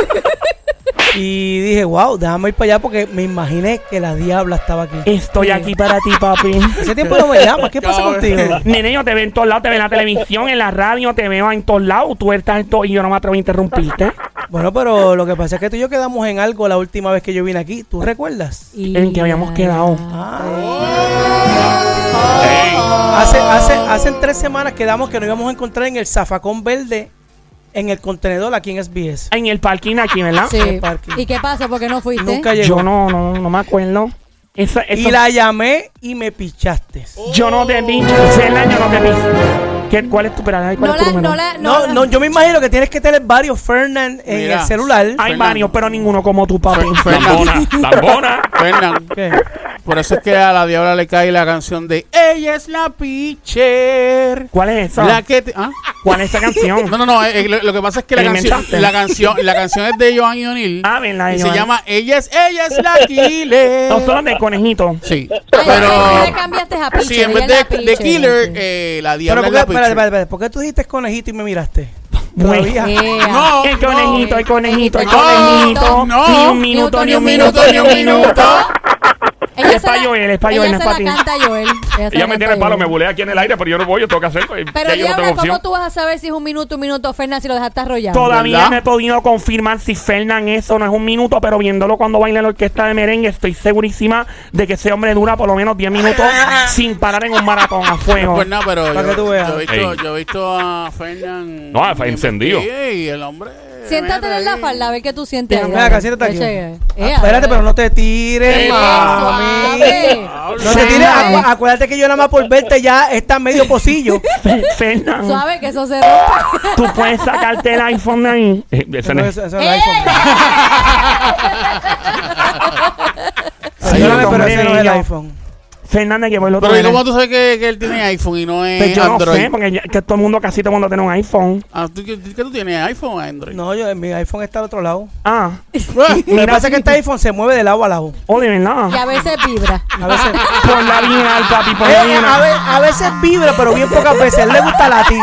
[SPEAKER 7] y dije, wow, déjame ir para allá porque me imaginé que la diabla estaba aquí.
[SPEAKER 5] Estoy aquí para ti, papi.
[SPEAKER 7] Hace tiempo no me llamas, ¿qué pasa contigo?
[SPEAKER 5] Nene, yo te veo en todos lados, te veo en la televisión, en la radio, te veo en todos lados. Tú estás en todo y yo no me atrevo a interrumpirte.
[SPEAKER 7] Bueno, pero lo que pasa es que tú y yo quedamos en algo la última vez que yo vine aquí. ¿Tú recuerdas?
[SPEAKER 5] En que habíamos quedado.
[SPEAKER 7] Ah, Hace, hace, hace tres semanas quedamos que nos íbamos a encontrar en el zafacón verde, en el contenedor aquí en SBS.
[SPEAKER 5] En el parking aquí, ¿verdad?
[SPEAKER 2] Sí.
[SPEAKER 7] parking.
[SPEAKER 2] ¿Y qué pasa? Porque no fuiste.
[SPEAKER 7] Nunca llegó.
[SPEAKER 5] Yo no, no, no me acuerdo. Esa,
[SPEAKER 7] y
[SPEAKER 5] eso-
[SPEAKER 7] la llamé y me pichaste.
[SPEAKER 5] Yo no te vi. Gisela, yo no te vi. ¿Qué, ¿Cuál es tu pero, ay, ¿Cuál
[SPEAKER 2] no
[SPEAKER 5] es tu
[SPEAKER 2] la,
[SPEAKER 5] número?
[SPEAKER 2] no la,
[SPEAKER 7] No,
[SPEAKER 2] la-
[SPEAKER 7] no, yo me imagino que tienes que tener varios Fernand en
[SPEAKER 4] Mira.
[SPEAKER 7] el celular.
[SPEAKER 5] Hay
[SPEAKER 4] Fernando.
[SPEAKER 5] varios, pero ninguno como tu papi.
[SPEAKER 4] Fer-
[SPEAKER 1] Lambona,
[SPEAKER 4] Fernan.
[SPEAKER 1] lambona.
[SPEAKER 5] (laughs)
[SPEAKER 4] Fernan.
[SPEAKER 7] ¿Qué?
[SPEAKER 4] Por eso es que a la diabla le cae la canción de Ella es la pitcher.
[SPEAKER 5] ¿Cuál es esa?
[SPEAKER 4] La que te- ¿Ah?
[SPEAKER 5] ¿Cuál es
[SPEAKER 4] (laughs)
[SPEAKER 5] esa canción?
[SPEAKER 4] No, no, no. eh, eh, lo, lo que pasa es que la
[SPEAKER 5] Te
[SPEAKER 4] canción,
[SPEAKER 5] inventaste.
[SPEAKER 4] la canción, la canción es de Joan y O'Neill.
[SPEAKER 5] Ah, ven, la de
[SPEAKER 4] Y se
[SPEAKER 5] Joan.
[SPEAKER 4] llama Ella es, ella es la
[SPEAKER 5] (laughs)
[SPEAKER 4] killer.
[SPEAKER 5] Nosotros de conejito.
[SPEAKER 4] Sí.
[SPEAKER 2] Ay, ¿por qué le
[SPEAKER 4] Pero
[SPEAKER 2] cambiaste a Piche?
[SPEAKER 4] sí, en vez
[SPEAKER 2] Ella es
[SPEAKER 4] de,
[SPEAKER 2] la
[SPEAKER 4] de
[SPEAKER 2] Piche.
[SPEAKER 4] killer, eh, la
[SPEAKER 7] Pero
[SPEAKER 4] diabla
[SPEAKER 7] ¿por
[SPEAKER 4] es
[SPEAKER 7] qué,
[SPEAKER 4] la
[SPEAKER 7] espérate,
[SPEAKER 4] pitcher.
[SPEAKER 7] espérate, espérate, ¿por qué tú dijiste conejito y me miraste?
[SPEAKER 5] Bueno.
[SPEAKER 7] Todavía.
[SPEAKER 2] Yeah.
[SPEAKER 4] No,
[SPEAKER 5] El
[SPEAKER 4] no.
[SPEAKER 5] conejito, el conejito, el
[SPEAKER 2] No,
[SPEAKER 5] conejito.
[SPEAKER 4] no.
[SPEAKER 5] Ni un minuto, ni un minuto, ni un minuto.
[SPEAKER 2] Ella
[SPEAKER 5] Es
[SPEAKER 2] se
[SPEAKER 5] pa'
[SPEAKER 2] la-
[SPEAKER 5] Joel, es pa'
[SPEAKER 2] ella
[SPEAKER 5] Joel, no
[SPEAKER 2] se
[SPEAKER 5] es pa'
[SPEAKER 2] la
[SPEAKER 5] ti.
[SPEAKER 2] canta a Joel. Ella, se la
[SPEAKER 1] Ella me
[SPEAKER 2] canta
[SPEAKER 1] tiene
[SPEAKER 2] a
[SPEAKER 1] el palo,
[SPEAKER 2] Joel.
[SPEAKER 1] me bulea aquí en el aire, pero yo no voy, yo tengo que hacerlo. y
[SPEAKER 2] Pero
[SPEAKER 1] ya yo no tengo
[SPEAKER 2] Diabla, ¿cómo
[SPEAKER 1] opción.
[SPEAKER 2] tú vas a saber si es un minuto, un minuto, Fernández, si lo dejaste arrollado?
[SPEAKER 5] Todavía
[SPEAKER 4] ¿Verdad?
[SPEAKER 5] no he podido confirmar si Fernán es o no es un minuto, pero viéndolo cuando baila la orquesta de merengue, estoy segurísima de que ese hombre dura por lo menos 10 minutos sin parar en un maratón a fuego.
[SPEAKER 4] Pues no, pero
[SPEAKER 7] Para
[SPEAKER 4] yo,
[SPEAKER 7] que tú veas.
[SPEAKER 4] yo he visto,
[SPEAKER 1] Ey.
[SPEAKER 4] yo he visto a Fernan.
[SPEAKER 1] No, está encendido.
[SPEAKER 4] Sí, y el hombre.
[SPEAKER 2] Siéntate
[SPEAKER 4] mira,
[SPEAKER 2] en la
[SPEAKER 4] ahí.
[SPEAKER 2] falda a ver qué tú sientes.
[SPEAKER 7] Mira,
[SPEAKER 2] ahí,
[SPEAKER 7] mira,
[SPEAKER 2] dale.
[SPEAKER 7] acá, siéntate aquí.
[SPEAKER 2] Eche-
[SPEAKER 7] Ah,
[SPEAKER 2] eh,
[SPEAKER 7] espérate,
[SPEAKER 2] a ver.
[SPEAKER 7] pero no te tires,
[SPEAKER 1] Ey,
[SPEAKER 7] mami.
[SPEAKER 2] Suave.
[SPEAKER 7] No te tires. acu- acuérdate que yo nada más por verte ya está medio pocillo.
[SPEAKER 5] Fer- Fernán,
[SPEAKER 2] (laughs) Suave, que eso se rompe.
[SPEAKER 5] tú puedes sacarte el iPhone de ahí.
[SPEAKER 1] Eh, ese no
[SPEAKER 7] Eso
[SPEAKER 1] es-
[SPEAKER 7] es- eso es el iPhone.
[SPEAKER 4] Ay,
[SPEAKER 7] Perdóname,
[SPEAKER 5] hombre
[SPEAKER 7] pero ese no es el
[SPEAKER 5] bello.
[SPEAKER 7] iPhone.
[SPEAKER 5] Fernández que por el
[SPEAKER 4] (laughs)
[SPEAKER 5] otro
[SPEAKER 4] Pero ¿y
[SPEAKER 5] día-
[SPEAKER 4] cómo tú sabes que, que él tiene iPhone y no es
[SPEAKER 5] Pues yo no
[SPEAKER 4] Android?
[SPEAKER 5] sé, porque ya- que todo el mundo, casi todo el mundo tiene un iPhone.
[SPEAKER 4] Ah, ¿tú, qué, qué tú tienes? ¿iPhone o Android?
[SPEAKER 7] No, yo, mi iPhone está al otro lado.
[SPEAKER 5] Ah,
[SPEAKER 7] Lo que
[SPEAKER 5] Mira,
[SPEAKER 7] pasa es que este iPhone se mueve de lado a lado.
[SPEAKER 5] oh,
[SPEAKER 2] (laughs)
[SPEAKER 5] de
[SPEAKER 2] Y
[SPEAKER 5] verdad.
[SPEAKER 2] a veces vibra.
[SPEAKER 7] A veces,
[SPEAKER 5] Por la vida, papi, por la
[SPEAKER 7] Eh, a,
[SPEAKER 5] vida.
[SPEAKER 7] ve- a veces vibra, pero bien pocas veces. A él le gusta latir.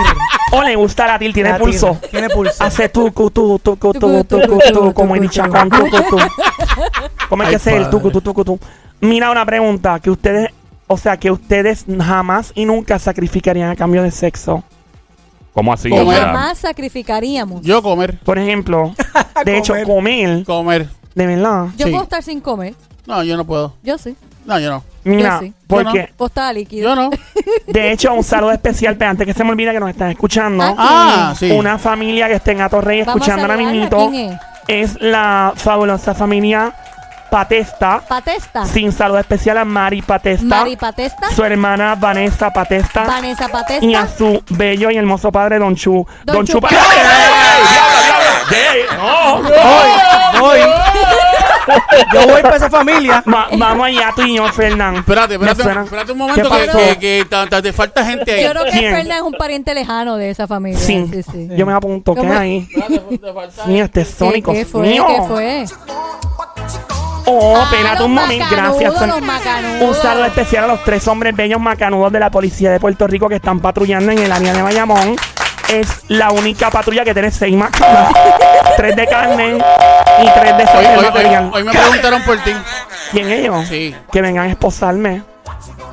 [SPEAKER 5] O Oh, le gusta latir, tiene
[SPEAKER 7] Latir.
[SPEAKER 5] pulso.
[SPEAKER 7] Tiene pulso.
[SPEAKER 5] Hace tucu, tu, tucu,
[SPEAKER 2] Tucu,
[SPEAKER 5] tu, tucu,
[SPEAKER 2] tucu,
[SPEAKER 5] tu,
[SPEAKER 2] tucu,
[SPEAKER 5] como el
[SPEAKER 2] tucu.
[SPEAKER 5] chacón, tucu,
[SPEAKER 2] (laughs)
[SPEAKER 5] tu. ¿Cómo es
[SPEAKER 4] Ay,
[SPEAKER 5] que se el tucu,
[SPEAKER 4] padre.
[SPEAKER 5] tu, tucu, tu? Mira una pregunta que ustedes, o sea, que ustedes jamás y nunca sacrificarían a cambio de sexo.
[SPEAKER 1] ¿Cómo así?
[SPEAKER 4] ¿Cómo
[SPEAKER 1] O
[SPEAKER 4] era?
[SPEAKER 1] sea,
[SPEAKER 2] Jamás sacrificaríamos.
[SPEAKER 4] Yo comer.
[SPEAKER 5] Por
[SPEAKER 2] (laughs)
[SPEAKER 5] ejemplo, de hecho, comer,
[SPEAKER 4] Comer.
[SPEAKER 5] de verdad.
[SPEAKER 2] Yo
[SPEAKER 4] Sí.
[SPEAKER 2] puedo estar sin comer.
[SPEAKER 4] No, yo no puedo.
[SPEAKER 2] Yo sí.
[SPEAKER 4] No, yo no.
[SPEAKER 5] Mira,
[SPEAKER 2] sí.
[SPEAKER 5] porque
[SPEAKER 2] Puedo estar líquido.
[SPEAKER 4] Yo no.
[SPEAKER 2] (laughs)
[SPEAKER 5] de hecho, un saludo especial, pero antes que se me olvide que nos están escuchando.
[SPEAKER 2] Ah,
[SPEAKER 4] (laughs)
[SPEAKER 5] (laughs)
[SPEAKER 4] Ah, sí.
[SPEAKER 5] Una familia que esté en Atorrey
[SPEAKER 2] Vamos a
[SPEAKER 5] escuchando ahora
[SPEAKER 2] saludarla.
[SPEAKER 5] mismito
[SPEAKER 2] ¿Quién es?
[SPEAKER 5] es la fabulosa familia Patesta.
[SPEAKER 2] Patesta.
[SPEAKER 5] Sin saludo especial a Mari Patesta.
[SPEAKER 2] Ah. Mari Patesta.
[SPEAKER 5] su hermana Vanessa Patesta.
[SPEAKER 2] Vanessa Patesta.
[SPEAKER 5] y a su bello y hermoso padre Don Chu.
[SPEAKER 2] Don
[SPEAKER 5] Don Chu
[SPEAKER 2] Chu
[SPEAKER 5] Pa-
[SPEAKER 2] Patesta.
[SPEAKER 1] ¡Ey! ¡No!
[SPEAKER 7] Voy, voy. Yo voy para esa familia.
[SPEAKER 5] Ma- vamos allá tú y yo, Fernán.
[SPEAKER 4] Espérate,
[SPEAKER 5] Me
[SPEAKER 4] espérate,
[SPEAKER 5] suena.
[SPEAKER 4] espérate un momento
[SPEAKER 5] ¿Qué
[SPEAKER 4] que,
[SPEAKER 5] pasó?
[SPEAKER 4] que, que ta- ta- te falta gente ahí.
[SPEAKER 2] Yo creo que
[SPEAKER 5] ¿Quién?
[SPEAKER 2] Fernández es un pariente lejano de esa familia.
[SPEAKER 5] Sí.
[SPEAKER 2] sí. sí.
[SPEAKER 5] Yo me apunto. ¿Qué
[SPEAKER 2] ¿Cómo?
[SPEAKER 5] ahí?
[SPEAKER 4] Espérate, te
[SPEAKER 5] (laughs)
[SPEAKER 4] falta-
[SPEAKER 5] Mira, este sónico.
[SPEAKER 2] ¿Qué, qué fue?
[SPEAKER 5] mío.
[SPEAKER 2] ¿Qué fue?
[SPEAKER 5] Oh,
[SPEAKER 2] Ah,
[SPEAKER 5] espérate
[SPEAKER 2] los
[SPEAKER 5] un momento.
[SPEAKER 2] macanudos,
[SPEAKER 5] Gracias. son-
[SPEAKER 2] los macanudos.
[SPEAKER 5] Un saludo especial a los tres hombres bellos macanudos de la policía de Puerto Rico que están patrullando en el área de Bayamón. Es la única patrulla que tiene seis macanudos. (laughs) tres de carne y tres de
[SPEAKER 4] Hoy,
[SPEAKER 5] sangre
[SPEAKER 4] hoy-
[SPEAKER 5] material.
[SPEAKER 4] hoy- hoy me preguntaron por ti.
[SPEAKER 5] ¿Quién ellos?
[SPEAKER 4] Sí.
[SPEAKER 5] Que vengan a esposarme.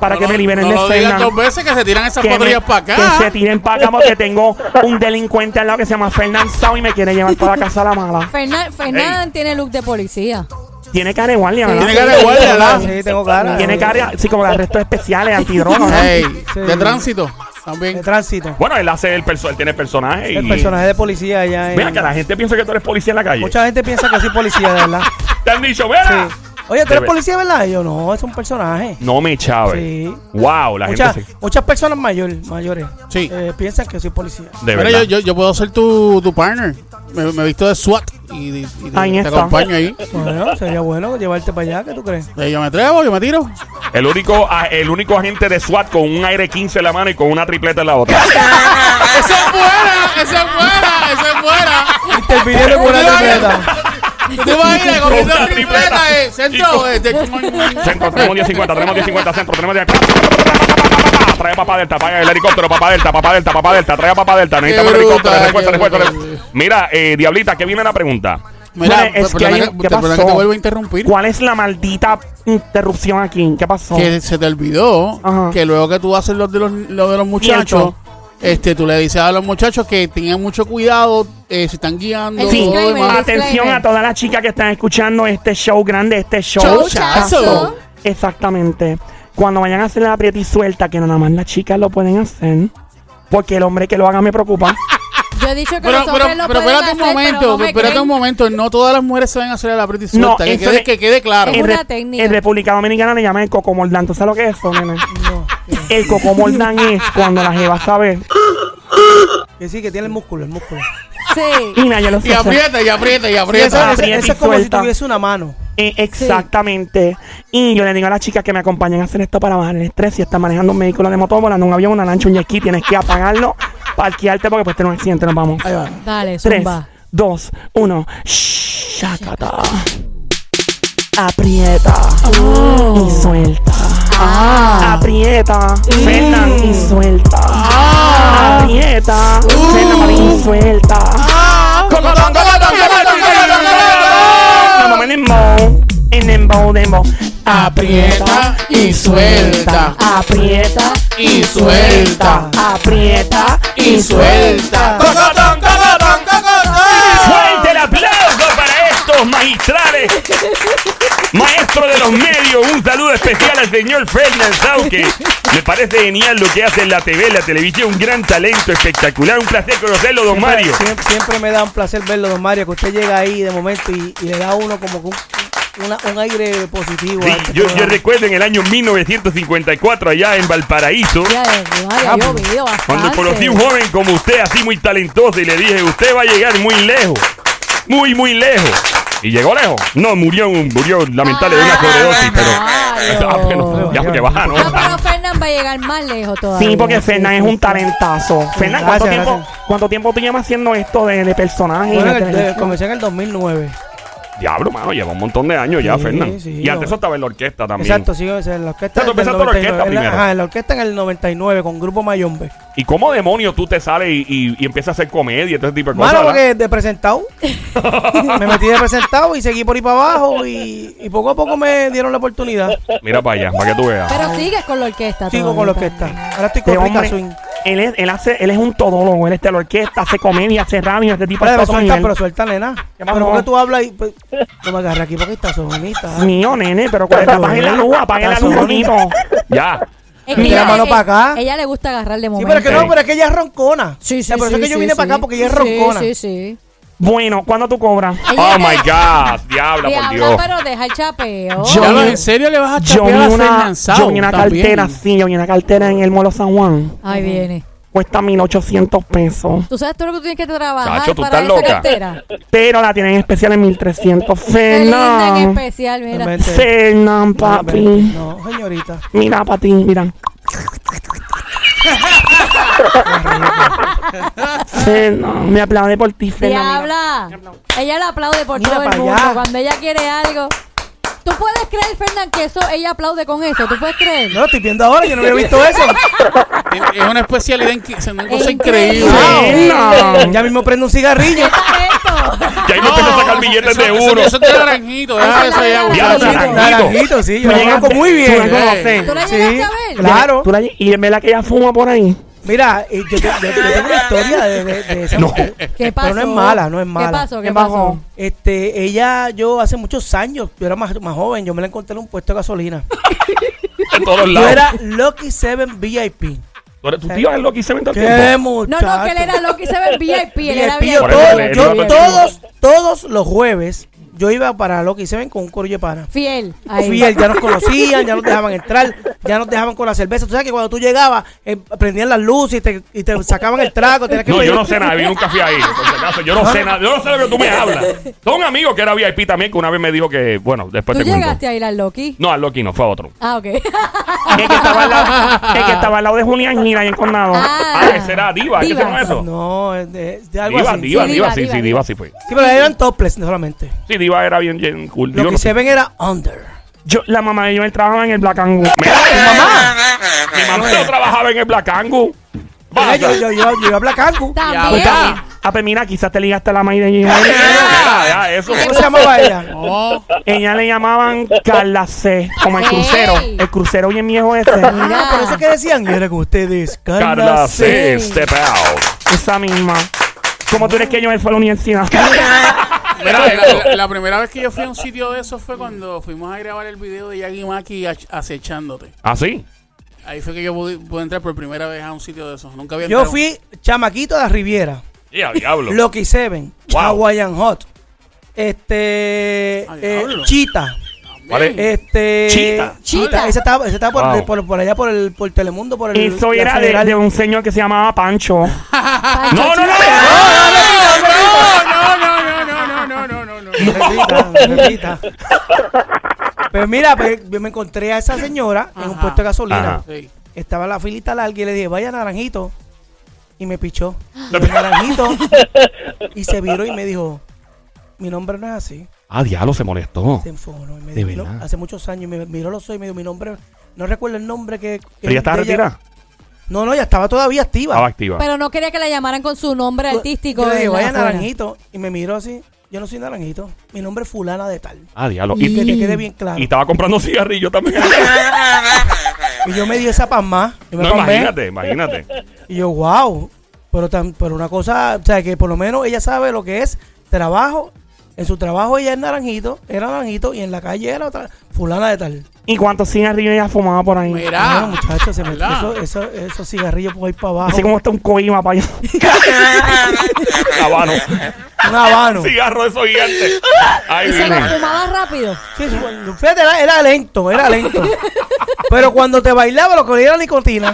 [SPEAKER 5] Para
[SPEAKER 4] No
[SPEAKER 5] que
[SPEAKER 4] lo-
[SPEAKER 5] me liberen
[SPEAKER 4] no
[SPEAKER 5] de
[SPEAKER 4] lo
[SPEAKER 5] Fernan.
[SPEAKER 4] digas dos veces que se tiran esas
[SPEAKER 5] Que, me-
[SPEAKER 4] patrullas para acá.
[SPEAKER 5] que se tiren para acá porque tengo un delincuente al lado que se llama Fernán Sao y me quiere llevar para la casa a la mala.
[SPEAKER 2] Fernan, Fernan tiene look de policía.
[SPEAKER 5] Tiene cara de guardia, ¿verdad?
[SPEAKER 4] Tiene cara de guardia, ¿verdad?
[SPEAKER 7] Ah, Sí, tengo cara.
[SPEAKER 5] Tiene cara, Ah, sí, como de arrestos especiales, antidroga, ¿no?
[SPEAKER 4] Ey,
[SPEAKER 7] Sí.
[SPEAKER 4] de tránsito
[SPEAKER 7] de
[SPEAKER 4] también.
[SPEAKER 7] tránsito.
[SPEAKER 1] Bueno, él hace el personaje, tiene el personaje.
[SPEAKER 7] El
[SPEAKER 1] y-
[SPEAKER 7] personaje de policía allá en-
[SPEAKER 1] Mira que la gente piensa que tú eres policía en la calle.
[SPEAKER 7] Mucha gente piensa que soy policía, de verdad.
[SPEAKER 1] Te han dicho, mira.
[SPEAKER 7] Sí. Oye, ¿tú
[SPEAKER 1] De
[SPEAKER 7] eres
[SPEAKER 1] ver-
[SPEAKER 7] policía, verdad? Y yo, no, es un personaje.
[SPEAKER 1] No me chaves.
[SPEAKER 7] Sí.
[SPEAKER 1] Wow, la
[SPEAKER 7] Muchas,
[SPEAKER 1] gente se-
[SPEAKER 7] muchas personas mayor, mayores
[SPEAKER 4] Sí.
[SPEAKER 7] eh, piensan que soy policía.
[SPEAKER 1] De
[SPEAKER 4] Mira,
[SPEAKER 1] verdad.
[SPEAKER 4] yo, yo, yo puedo ser tu, tu partner. Me, me he visto de SWAT y, y- y te,
[SPEAKER 5] Ahí
[SPEAKER 4] te
[SPEAKER 5] está.
[SPEAKER 4] acompaño ahí.
[SPEAKER 7] Bueno, sería bueno llevarte para allá, ¿qué tú crees?
[SPEAKER 4] Eh, Yo me atrevo, yo me tiro.
[SPEAKER 1] El único, a- el único agente de SWAT con un aire 15 en la mano y con una tripleta en la otra.
[SPEAKER 4] ¡Ese es fuera! ¡Ese es fuera! ¡Ese es fuera!
[SPEAKER 7] Interviniendo con una
[SPEAKER 4] Mira,
[SPEAKER 7] libreta.
[SPEAKER 4] ¿Tú te imaginas comiendo
[SPEAKER 1] Con una
[SPEAKER 4] tripleta,
[SPEAKER 1] tripleta.
[SPEAKER 4] eh? Centro, eh, de-
[SPEAKER 1] Centro, tenemos 1050, tenemos 1050, centro, tenemos 10. Trae a papá Delta, apaga el helicóptero, papá Delta, papá Delta, papá Delta, trae a papá Delta, necesitamos
[SPEAKER 4] Qué
[SPEAKER 1] el helicóptero,
[SPEAKER 4] brutal,
[SPEAKER 1] respuesta,
[SPEAKER 4] qué
[SPEAKER 1] respuesta,
[SPEAKER 4] brutal.
[SPEAKER 1] respuesta. Mira, eh, Diablita, que viene la pregunta.
[SPEAKER 4] Mira,
[SPEAKER 5] Bueno, es que
[SPEAKER 4] perdona
[SPEAKER 5] hay-
[SPEAKER 4] que-
[SPEAKER 5] ¿qué
[SPEAKER 4] perdona que te
[SPEAKER 5] pasó?
[SPEAKER 4] vuelvo a interrumpir.
[SPEAKER 5] ¿Cuál es la maldita interrupción
[SPEAKER 2] Oh.
[SPEAKER 5] aquí? ¿Qué pasó?
[SPEAKER 4] Que se te olvidó
[SPEAKER 5] Ajá.
[SPEAKER 4] que luego que tú haces lo de los, lo de los muchachos,
[SPEAKER 3] este, tú le dices a los muchachos que tengan mucho cuidado eh, si están guiando.
[SPEAKER 2] El
[SPEAKER 3] todo
[SPEAKER 2] disclaimer,
[SPEAKER 3] demás.
[SPEAKER 2] el
[SPEAKER 5] Atención
[SPEAKER 2] disclaimer.
[SPEAKER 5] a todas las chicas que están escuchando este show grande, este show.
[SPEAKER 3] Show
[SPEAKER 2] Chochazo.
[SPEAKER 5] Exactamente. Cuando vayan a hacer la aprieta y suelta, que nada más las chicas lo pueden hacer. Porque el hombre que lo haga me preocupa.
[SPEAKER 2] Yo he dicho que
[SPEAKER 3] Pero,
[SPEAKER 2] los
[SPEAKER 3] pero,
[SPEAKER 2] hombres lo
[SPEAKER 3] pero
[SPEAKER 2] pueden
[SPEAKER 3] espérate un
[SPEAKER 2] hacer,
[SPEAKER 3] momento,
[SPEAKER 2] pero no me
[SPEAKER 3] espérate
[SPEAKER 2] creen.
[SPEAKER 3] un momento. No todas las mujeres saben hacer el aprieta y
[SPEAKER 5] No,
[SPEAKER 3] suelta. que,
[SPEAKER 5] eso
[SPEAKER 3] quede,
[SPEAKER 5] es-
[SPEAKER 3] que quede claro.
[SPEAKER 2] (laughs) es-
[SPEAKER 5] En,
[SPEAKER 2] una
[SPEAKER 5] Re-
[SPEAKER 2] técnica.
[SPEAKER 5] en República Dominicana le llaman el cocomoldán. ¿Tú sabes lo que es eso, nene? El cocomoldán es cuando la jeva sabe.
[SPEAKER 7] Que sí, que tiene el músculo, el músculo.
[SPEAKER 2] Sí.
[SPEAKER 5] Y nada, yo lo
[SPEAKER 3] Y
[SPEAKER 5] sé hacer.
[SPEAKER 3] aprieta, y aprieta, y
[SPEAKER 7] Sí, eso,
[SPEAKER 3] aprieta.
[SPEAKER 7] eso-
[SPEAKER 5] Aprieta y
[SPEAKER 7] eso es como si
[SPEAKER 5] suelta.
[SPEAKER 7] tuviese una mano.
[SPEAKER 5] Eh, exactamente. Y yo le digo a las chicas que me acompañen a hacer esto para bajar el estrés. Si estás manejando un vehículo de motor, volando un avión, una lancha, un jet ski, tienes que apagarlo, parquearte porque pues puedes tener un accidente. Nos vamos.
[SPEAKER 3] Ahí va.
[SPEAKER 2] Dale,
[SPEAKER 5] 3,
[SPEAKER 2] zumba.
[SPEAKER 5] 2, 1. Shakata. Aprieta. Y suelta. Aprieta. Fernan y suelta. Aprieta. Fernan Marín, y suelta. Colotón, colotón, colotón, colotón, colotón. Nos vamos en dembow, en dembow, dembow.
[SPEAKER 3] Aprieta y suelta.
[SPEAKER 5] Aprieta
[SPEAKER 3] Y suelta.
[SPEAKER 5] Aprieta
[SPEAKER 3] Y suelta.
[SPEAKER 1] ¡Cocotón, cocotón!
[SPEAKER 4] cocotón.
[SPEAKER 1] Fuerte el aplauso para estos magistrales. Maestro de los medios, un saludo especial al señor Fernández Sauque. Me parece genial lo que hace en la TV, en la televisión, un gran talento espectacular. Un placer conocerlo, don
[SPEAKER 7] Siempre-
[SPEAKER 1] Mario.
[SPEAKER 7] siem- Siempre, me da un placer verlo, don Mario, que usted llega ahí de momento y, y le da a uno como que un, una- un aire positivo.
[SPEAKER 1] Sí,
[SPEAKER 7] a este
[SPEAKER 1] yo, yo
[SPEAKER 7] programa.
[SPEAKER 1] recuerdo en el año 1954, allá en Valparaíso,
[SPEAKER 2] Ya, de- madre, ha llovido bastante.
[SPEAKER 1] cuando conocí a un joven como usted, así muy talentoso, y le dije, usted va a llegar muy lejos, muy, muy lejos. Y llegó lejos. No, murió, murió lamentable de una sobredosis, pero... (laughs) Ah, bueno, ya, que baja, ¿no?
[SPEAKER 2] No, pero Fernan va a llegar más lejos todavía.
[SPEAKER 5] Sí, porque Fernan es un talentazo. Fernan, ¿cuánto,
[SPEAKER 7] Gracias,
[SPEAKER 5] tiempo,
[SPEAKER 7] gracias.
[SPEAKER 5] ¿cuánto tiempo tú llevas haciendo esto de, de personaje?
[SPEAKER 7] Bueno,
[SPEAKER 5] de
[SPEAKER 7] en el-
[SPEAKER 5] televisión?
[SPEAKER 7] comencé en el 2009.
[SPEAKER 1] Diablo, mano, lleva un montón de años ya,
[SPEAKER 7] Sí,
[SPEAKER 1] Fernan.
[SPEAKER 7] sí,
[SPEAKER 1] y antes
[SPEAKER 7] no.
[SPEAKER 1] eso estaba en la orquesta también.
[SPEAKER 7] Exacto, sí, o sea, en la orquesta.
[SPEAKER 1] O sea, tú
[SPEAKER 7] del
[SPEAKER 1] empezaste en la orquesta
[SPEAKER 7] 99, en la-
[SPEAKER 1] primero.
[SPEAKER 7] Ajá, en la orquesta en el 99 con Grupo Mayombe.
[SPEAKER 1] ¿Y cómo demonios tú te sales y, y- y empiezas a hacer comedia y todo ese tipo de cosas?
[SPEAKER 7] Mano,
[SPEAKER 1] ¿verdad?
[SPEAKER 7] porque de presentado.
[SPEAKER 1] (laughs)
[SPEAKER 7] me metí de presentado y seguí por ahí para abajo y, y poco a poco me dieron la oportunidad.
[SPEAKER 1] Mira para allá, para que tú veas.
[SPEAKER 2] Pero sigues con la orquesta.
[SPEAKER 7] Sigo
[SPEAKER 2] todavía
[SPEAKER 7] con la
[SPEAKER 2] también.
[SPEAKER 7] orquesta. Ahora estoy
[SPEAKER 5] Este
[SPEAKER 7] con Rica
[SPEAKER 5] hombre,
[SPEAKER 7] Swing.
[SPEAKER 5] él es, él, hace, él es un todólogo, él está en la orquesta, hace comedia, hace radio, este tipo de
[SPEAKER 7] Pero
[SPEAKER 5] cosas.
[SPEAKER 7] suelta,
[SPEAKER 5] nivel.
[SPEAKER 7] pero suelta, nena.
[SPEAKER 5] ¿Qué
[SPEAKER 7] Pero
[SPEAKER 5] pasó?
[SPEAKER 7] porque tú hablas y. pues, no me agarras aquí porque estás sonita.
[SPEAKER 5] Mío, nene, pero cuando
[SPEAKER 7] Pero,
[SPEAKER 5] apague la luz, apague la luz,
[SPEAKER 7] tazo,
[SPEAKER 5] bonito.
[SPEAKER 1] Ya.
[SPEAKER 2] Es que
[SPEAKER 7] Mira,
[SPEAKER 2] ella-
[SPEAKER 7] mano
[SPEAKER 2] eh,
[SPEAKER 7] pa' acá.
[SPEAKER 2] Ella le gusta agarrar de
[SPEAKER 7] Sí,
[SPEAKER 2] momento.
[SPEAKER 7] pero es que no, pero es que ella es roncona.
[SPEAKER 2] Sí,
[SPEAKER 7] O
[SPEAKER 2] sí,
[SPEAKER 7] sea, Por eso
[SPEAKER 2] sí,
[SPEAKER 7] es que yo
[SPEAKER 2] sí,
[SPEAKER 7] vine para
[SPEAKER 2] sí.
[SPEAKER 7] acá porque ella es
[SPEAKER 2] Sí,
[SPEAKER 7] roncona.
[SPEAKER 2] Sí, sí.
[SPEAKER 5] Bueno, ¿cuándo tú cobras?
[SPEAKER 1] Oh
[SPEAKER 2] Ella
[SPEAKER 1] my
[SPEAKER 2] le-
[SPEAKER 1] God. Diabla,
[SPEAKER 2] le
[SPEAKER 1] por
[SPEAKER 2] habla,
[SPEAKER 1] Dios.
[SPEAKER 2] pero deja el chapeo.
[SPEAKER 5] Yo-
[SPEAKER 3] Diablo, ¿En serio le vas a
[SPEAKER 5] Yo vi
[SPEAKER 3] chapear a
[SPEAKER 5] una,
[SPEAKER 3] Fernan
[SPEAKER 5] yo vi una cartera,
[SPEAKER 3] carteras
[SPEAKER 5] sí, yo vi una cartera en el Molo San Juan.
[SPEAKER 2] Ahí viene.
[SPEAKER 5] Cuesta 1800 pesos.
[SPEAKER 2] ¿Tú sabes todo lo que tú tienes que trabajar
[SPEAKER 1] Chacho, tú
[SPEAKER 2] para esa
[SPEAKER 1] estás loca.
[SPEAKER 2] cartera?
[SPEAKER 5] Pero la tienen en especial en 1300.
[SPEAKER 2] (laughs) Qué linda en
[SPEAKER 5] Fernan.
[SPEAKER 2] especial, mira.
[SPEAKER 7] Realmente.
[SPEAKER 5] Fernan,
[SPEAKER 7] Ah, pero-
[SPEAKER 5] papi.
[SPEAKER 7] No, señorita.
[SPEAKER 5] Mira, para ti,
[SPEAKER 7] (laughs)
[SPEAKER 5] mira. Fernan, me aplaude por ti, Fernan. mira.
[SPEAKER 2] Diabla. Ella la aplaude por
[SPEAKER 7] Mira
[SPEAKER 2] todo el
[SPEAKER 7] pa'
[SPEAKER 2] mundo.
[SPEAKER 7] allá.
[SPEAKER 2] Cuando ella quiere algo. ¿Tú puedes creer, Fernán, que eso ella aplaude con eso? ¿Tú puedes creer?
[SPEAKER 7] No lo estoy viendo ahora, yo no había visto
[SPEAKER 5] (laughs)
[SPEAKER 7] eso.
[SPEAKER 3] Es una especialidad, inqui- es una cosa
[SPEAKER 2] Increíble.
[SPEAKER 3] increíble.
[SPEAKER 5] Fernan.
[SPEAKER 7] ya mismo prendo un
[SPEAKER 2] ¿Qué
[SPEAKER 7] cigarrillo. (laughs)
[SPEAKER 2] es esto?
[SPEAKER 1] Ya ahí me empezó a sacar billetes
[SPEAKER 3] eso-
[SPEAKER 1] de
[SPEAKER 3] eso-
[SPEAKER 1] uno.
[SPEAKER 3] Eso es de naranjito, deja eso ya,
[SPEAKER 2] Diablo,
[SPEAKER 3] muchacho.
[SPEAKER 1] naranjito.
[SPEAKER 7] Naranjito, sí, yo
[SPEAKER 5] Tú
[SPEAKER 7] lo
[SPEAKER 5] llegaste-
[SPEAKER 7] conozco muy
[SPEAKER 5] tú la
[SPEAKER 7] bien.
[SPEAKER 5] conoces.
[SPEAKER 2] ¿Tú la
[SPEAKER 7] Sí,
[SPEAKER 2] llegaste a ver?
[SPEAKER 7] Claro.
[SPEAKER 5] Tú la- y en verdad que ella fuma por
[SPEAKER 7] (laughs)
[SPEAKER 5] ahí.
[SPEAKER 7] Mira, eh, yo, yo- yo tengo una historia de, de- de esa mujer.
[SPEAKER 2] ¿Qué pasó?
[SPEAKER 7] Pero no es mala, no es mala.
[SPEAKER 2] ¿Qué pasó? ¿Qué
[SPEAKER 5] ¿Qué pasó?
[SPEAKER 2] pasó?
[SPEAKER 7] Este, ella, yo hace muchos años, yo era más, más joven, yo me la encontré en un puesto de gasolina.
[SPEAKER 1] En todos
[SPEAKER 7] Yo
[SPEAKER 1] lados.
[SPEAKER 7] era Lucky Seven VIP.
[SPEAKER 1] Tú eres- Tu tío es lo que hice en todo el
[SPEAKER 7] ¡Qué
[SPEAKER 1] tiempo.
[SPEAKER 7] muchacho!
[SPEAKER 2] No, no, que él era lo que se ve el VIP. Él era
[SPEAKER 7] VIP, yo
[SPEAKER 1] Por
[SPEAKER 2] VIP.
[SPEAKER 1] eso
[SPEAKER 7] todo-
[SPEAKER 1] le-
[SPEAKER 7] yo
[SPEAKER 1] le-
[SPEAKER 7] todos, todos los jueves, yo iba para Lucky Seven con un corillo de pana.
[SPEAKER 2] Fiel. Ahí.
[SPEAKER 7] Oh, Fiel, ya nos conocían, ya nos dejaban entrar, ya nos dejaban con la cerveza. Tú sabes que cuando tú llegabas, eh, prendían las luces y te, y te sacaban el trago. tenías que
[SPEAKER 1] No, yo
[SPEAKER 7] pedir-
[SPEAKER 1] no sé nada, yo nunca fui ahí. Por si acaso, yo no sé nada, yo no sé de lo que
[SPEAKER 7] (laughs)
[SPEAKER 1] tú me hablas. Tengo un amigo que era VIP también que una vez me dijo que, bueno, después
[SPEAKER 2] ¿Tú
[SPEAKER 1] te cuento.
[SPEAKER 2] llegaste a ir al Loki?
[SPEAKER 1] No, al Loki no, fue a otro.
[SPEAKER 2] Ah, ok. (laughs)
[SPEAKER 5] El que estaba al lado, el que estaba al lado de Julián Gira ahí en Condado.
[SPEAKER 1] Ah, ese era Diva, ¿qué se
[SPEAKER 2] Divas.
[SPEAKER 1] llama eso?
[SPEAKER 7] Ah, No, es de, es de algo
[SPEAKER 1] Diva,
[SPEAKER 7] así.
[SPEAKER 1] Diva,
[SPEAKER 2] Sí,
[SPEAKER 1] Diva,
[SPEAKER 2] Diva,
[SPEAKER 1] sí, sí,
[SPEAKER 2] Diva.
[SPEAKER 1] Diva sí fue.
[SPEAKER 7] Sí, pero eran topless solamente.
[SPEAKER 1] Sí, Diva era bien, bien cool.
[SPEAKER 7] Lo
[SPEAKER 1] Yo
[SPEAKER 7] que
[SPEAKER 1] no sé.
[SPEAKER 7] se ven era under.
[SPEAKER 5] Yo, la mamá de Joel trabajaba en el Black Angus.
[SPEAKER 1] Mi mamá no trabajaba en el Black Angus.
[SPEAKER 7] Mira,
[SPEAKER 1] Vaya.
[SPEAKER 7] Yo, yo, yo, yo iba a Black Angus.
[SPEAKER 2] También.
[SPEAKER 1] (laughs)
[SPEAKER 5] Ah, pues mira, quizás te ligaste a la maíz de Joel.
[SPEAKER 1] Ya, ya, era eso?
[SPEAKER 7] ¿Cómo se llamaba ella?
[SPEAKER 3] No.
[SPEAKER 5] Ella le llamaban Carla C, como el crucero.
[SPEAKER 2] Ey.
[SPEAKER 5] El crucero bien viejo ese.
[SPEAKER 2] Ah,
[SPEAKER 7] Mira, Ah, por eso es que decían, era con ustedes, Carla,
[SPEAKER 1] Carla C.
[SPEAKER 7] C.
[SPEAKER 1] Step out.
[SPEAKER 5] Esa misma. Como tú eres que yo él fue a la universidad.
[SPEAKER 3] Mira, la, la- la primera vez que yo fui a un sitio de esos fue cuando fuimos a grabar el video de Yagi Maki ach- acechándote.
[SPEAKER 1] ¿Ah, sí?
[SPEAKER 3] Ahí fue que yo pude, pude entrar por primera vez a un sitio de esos. Nunca había
[SPEAKER 7] Yo
[SPEAKER 3] entrado.
[SPEAKER 7] fui chamaquito de la Riviera,
[SPEAKER 1] Y a diablo.
[SPEAKER 7] Lucky Seven,
[SPEAKER 1] Wow.
[SPEAKER 7] Hawaiian Hot, este,
[SPEAKER 3] Ay,
[SPEAKER 7] eh,
[SPEAKER 3] Ah, diablo.
[SPEAKER 7] Chita,
[SPEAKER 1] ¿Cuál es?
[SPEAKER 7] este,
[SPEAKER 1] Chita.
[SPEAKER 2] Chita.
[SPEAKER 7] ese estaba, ese estaba por,
[SPEAKER 1] Wow.
[SPEAKER 7] por, por allá por el, por Telemundo, por el.
[SPEAKER 5] Eso
[SPEAKER 7] la
[SPEAKER 5] era de,
[SPEAKER 7] Federal.
[SPEAKER 5] de
[SPEAKER 7] (laughs)
[SPEAKER 5] un señor que se llamaba Pancho.
[SPEAKER 1] No, no, no.
[SPEAKER 3] No, no, no, no, no, no, no, no, no.
[SPEAKER 7] Negrita, negrita. Pues mira, pues, yo me encontré a esa señora en un
[SPEAKER 3] Ajá.
[SPEAKER 7] puesto de gasolina.
[SPEAKER 1] Ajá.
[SPEAKER 3] Sí.
[SPEAKER 7] Estaba la filita larga y le dije, vaya naranjito. Y
[SPEAKER 1] (laughs)
[SPEAKER 7] me pichó. Y el naranjito. y se viró y me dijo, mi nombre no es así.
[SPEAKER 1] Ah, diablo, se molestó.
[SPEAKER 7] Se enfogonó y me
[SPEAKER 1] De
[SPEAKER 7] dijo, "No,
[SPEAKER 1] verdad.
[SPEAKER 7] hace muchos años, y me miró los ojos y me dijo, mi nombre, no recuerdo el nombre que... que
[SPEAKER 1] Pero ya estaba
[SPEAKER 7] de ella".
[SPEAKER 1] retirada. Ah,
[SPEAKER 7] No, no, ya estaba todavía activa.
[SPEAKER 1] Estaba activa.
[SPEAKER 2] Pero no quería que la llamaran con su nombre artístico.
[SPEAKER 7] Yo le dije,
[SPEAKER 2] en la
[SPEAKER 7] vaya
[SPEAKER 2] afuera.
[SPEAKER 7] naranjito. Y me miró así, yo no soy naranjito, mi nombre es fulana de tal.
[SPEAKER 1] Ah, diablo.
[SPEAKER 7] Y que
[SPEAKER 1] Y,
[SPEAKER 7] te quede bien claro.
[SPEAKER 1] y estaba comprando cigarrillos
[SPEAKER 7] (laughs)
[SPEAKER 1] también.
[SPEAKER 7] Y yo me di esa pasma. Yo me
[SPEAKER 1] No,
[SPEAKER 7] pasmé.
[SPEAKER 1] imagínate, imagínate.
[SPEAKER 7] Y yo, wow. Pero, tan, pero una cosa, o sea, que por lo menos ella sabe lo que es trabajo. En su trabajo ella es naranjito, era naranjito, y en la calle era otra, fulana de tal.
[SPEAKER 5] ¿Y cuántos cigarrillos ella fumaba por ahí?
[SPEAKER 3] Mira.
[SPEAKER 1] Ah,
[SPEAKER 7] Bueno, muchachos, se metió
[SPEAKER 3] ¿verdad?
[SPEAKER 7] eso- eso- esos cigarrillos por ahí para abajo.
[SPEAKER 5] Así como está un coima para allá. (laughs)
[SPEAKER 7] (laughs)
[SPEAKER 1] Habano. (laughs)
[SPEAKER 7] Un habano. Sí,
[SPEAKER 1] Cigarro de esos gigantes. Ahí
[SPEAKER 2] Y se lo
[SPEAKER 1] viene.
[SPEAKER 2] fumaba rápido.
[SPEAKER 7] sí, bueno, fíjate, era, era lento, era lento. Pero cuando te bailaba lo que olía era nicotina.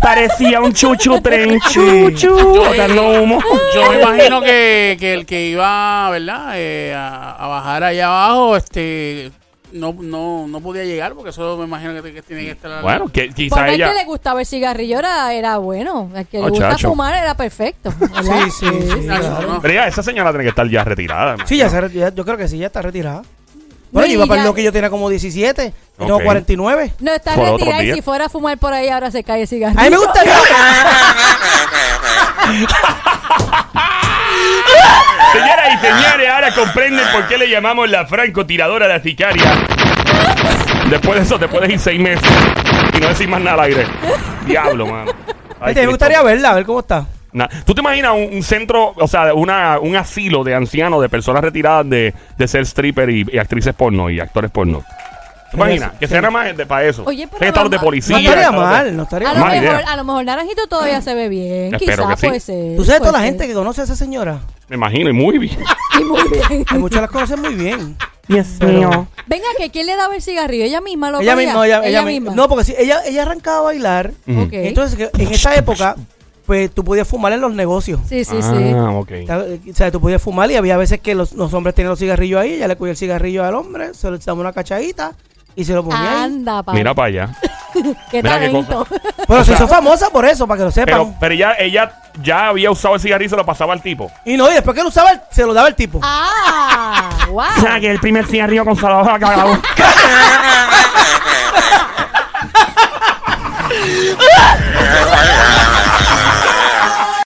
[SPEAKER 5] Parecía un chuchu tren. Chuchu. Botando humo.
[SPEAKER 3] Yo me imagino que, que el que iba, ¿verdad? Eh, a, a bajar allá abajo, este, no, no, no podía llegar porque eso me imagino que, te- que tiene que estar.
[SPEAKER 1] Bueno, que,
[SPEAKER 2] Porque
[SPEAKER 1] quizá
[SPEAKER 2] al
[SPEAKER 1] ella.
[SPEAKER 2] que le gustaba el cigarrillo era, era bueno. Al que le
[SPEAKER 1] Oh,
[SPEAKER 2] gusta
[SPEAKER 1] chacho.
[SPEAKER 2] fumar era perfecto. ¿verdad?
[SPEAKER 7] (laughs) (laughs) Sí, sí, sí.
[SPEAKER 3] Ah,
[SPEAKER 7] claro.
[SPEAKER 3] no.
[SPEAKER 1] Pero ya, esa señora tiene que estar ya retirada.
[SPEAKER 7] Sí, ya se reti- ya- yo creo que sí, ya está retirada. Bueno,
[SPEAKER 2] Sí,
[SPEAKER 7] yo iba para el
[SPEAKER 2] ya-
[SPEAKER 7] loco y yo tenía como 17, y tengo
[SPEAKER 1] Ok.
[SPEAKER 7] 49.
[SPEAKER 2] No está
[SPEAKER 1] Por otros
[SPEAKER 2] retirada y
[SPEAKER 1] días.
[SPEAKER 2] si fuera a fumar por ahí ahora se cae el cigarrillo.
[SPEAKER 7] A mí me gustaría.
[SPEAKER 1] Señoras y señores, ahora comprenden por qué le llamamos la francotiradora de la sicaria. Después de eso te puedes ir seis meses y no decir más nada al aire. Diablo, mano. (laughs) Ay,
[SPEAKER 7] Fíjate, me
[SPEAKER 1] Cristo.
[SPEAKER 7] gustaría verla, a ver cómo está.
[SPEAKER 1] Na- ¿Tú te imaginas un, un centro, o sea, una, un asilo de ancianos, de personas retiradas de, de ser stripper y, y actrices porno y actores porno? ¿Te imaginas?
[SPEAKER 7] Sí,
[SPEAKER 1] Que
[SPEAKER 7] sí.
[SPEAKER 1] se más gente para eso.
[SPEAKER 2] Oye,
[SPEAKER 1] Tienen
[SPEAKER 2] pero
[SPEAKER 1] que estar los de
[SPEAKER 2] no-
[SPEAKER 1] policía.
[SPEAKER 7] No estaría
[SPEAKER 1] estar los de-
[SPEAKER 7] mal, no estaría
[SPEAKER 2] A
[SPEAKER 7] mal.
[SPEAKER 2] lo,
[SPEAKER 1] Mala
[SPEAKER 2] mejor,
[SPEAKER 1] idea.
[SPEAKER 2] a lo mejor Naranjito todavía se ve bien.
[SPEAKER 1] Espero
[SPEAKER 2] Quizás
[SPEAKER 1] que sí.
[SPEAKER 2] puede ser.
[SPEAKER 7] Tú sabes
[SPEAKER 2] puede
[SPEAKER 7] toda la
[SPEAKER 2] ser. (laughs)
[SPEAKER 7] gente que conoce a esa señora.
[SPEAKER 1] Me imagino, y muy bien.
[SPEAKER 2] Y muy bien.
[SPEAKER 7] Hay muchas las conocen muy bien.
[SPEAKER 5] Dios
[SPEAKER 7] Pero-
[SPEAKER 5] mío.
[SPEAKER 2] Venga, que ¿quién le daba el cigarrillo? Ella misma lo
[SPEAKER 7] Ella
[SPEAKER 2] cogía?
[SPEAKER 7] misma, ella, ella mi-
[SPEAKER 2] misma.
[SPEAKER 7] No, porque sí, ella, ella arrancaba a bailar.
[SPEAKER 1] Ujú.
[SPEAKER 2] Ok.
[SPEAKER 7] Entonces, que en esa época, pues tú podías fumar en los negocios.
[SPEAKER 2] sí, (laughs) sí, sí.
[SPEAKER 1] Ah, ok.
[SPEAKER 7] eh, O sea, tú podías fumar y había veces que los, los hombres tenían los cigarrillos ahí, ella le cogía el cigarrillo al hombre, se le daba una cachadita y se lo ponía ahí.
[SPEAKER 2] Anda, pa.
[SPEAKER 1] Mira para allá.
[SPEAKER 2] qué
[SPEAKER 1] mira qué
[SPEAKER 2] talento.
[SPEAKER 7] Pero
[SPEAKER 1] O
[SPEAKER 7] se
[SPEAKER 1] sea-
[SPEAKER 7] hizo famosa por eso, para que lo
[SPEAKER 1] Pero,
[SPEAKER 7] sepan.
[SPEAKER 1] pero ella, ella ya había usado el cigarrillo y se lo pasaba al tipo.
[SPEAKER 7] y no, y después que lo usaba, él- se lo daba el tipo.
[SPEAKER 2] (laughs) ah, wow.
[SPEAKER 1] (laughs)
[SPEAKER 5] O sea, que el primer cigarrillo con salado acabó.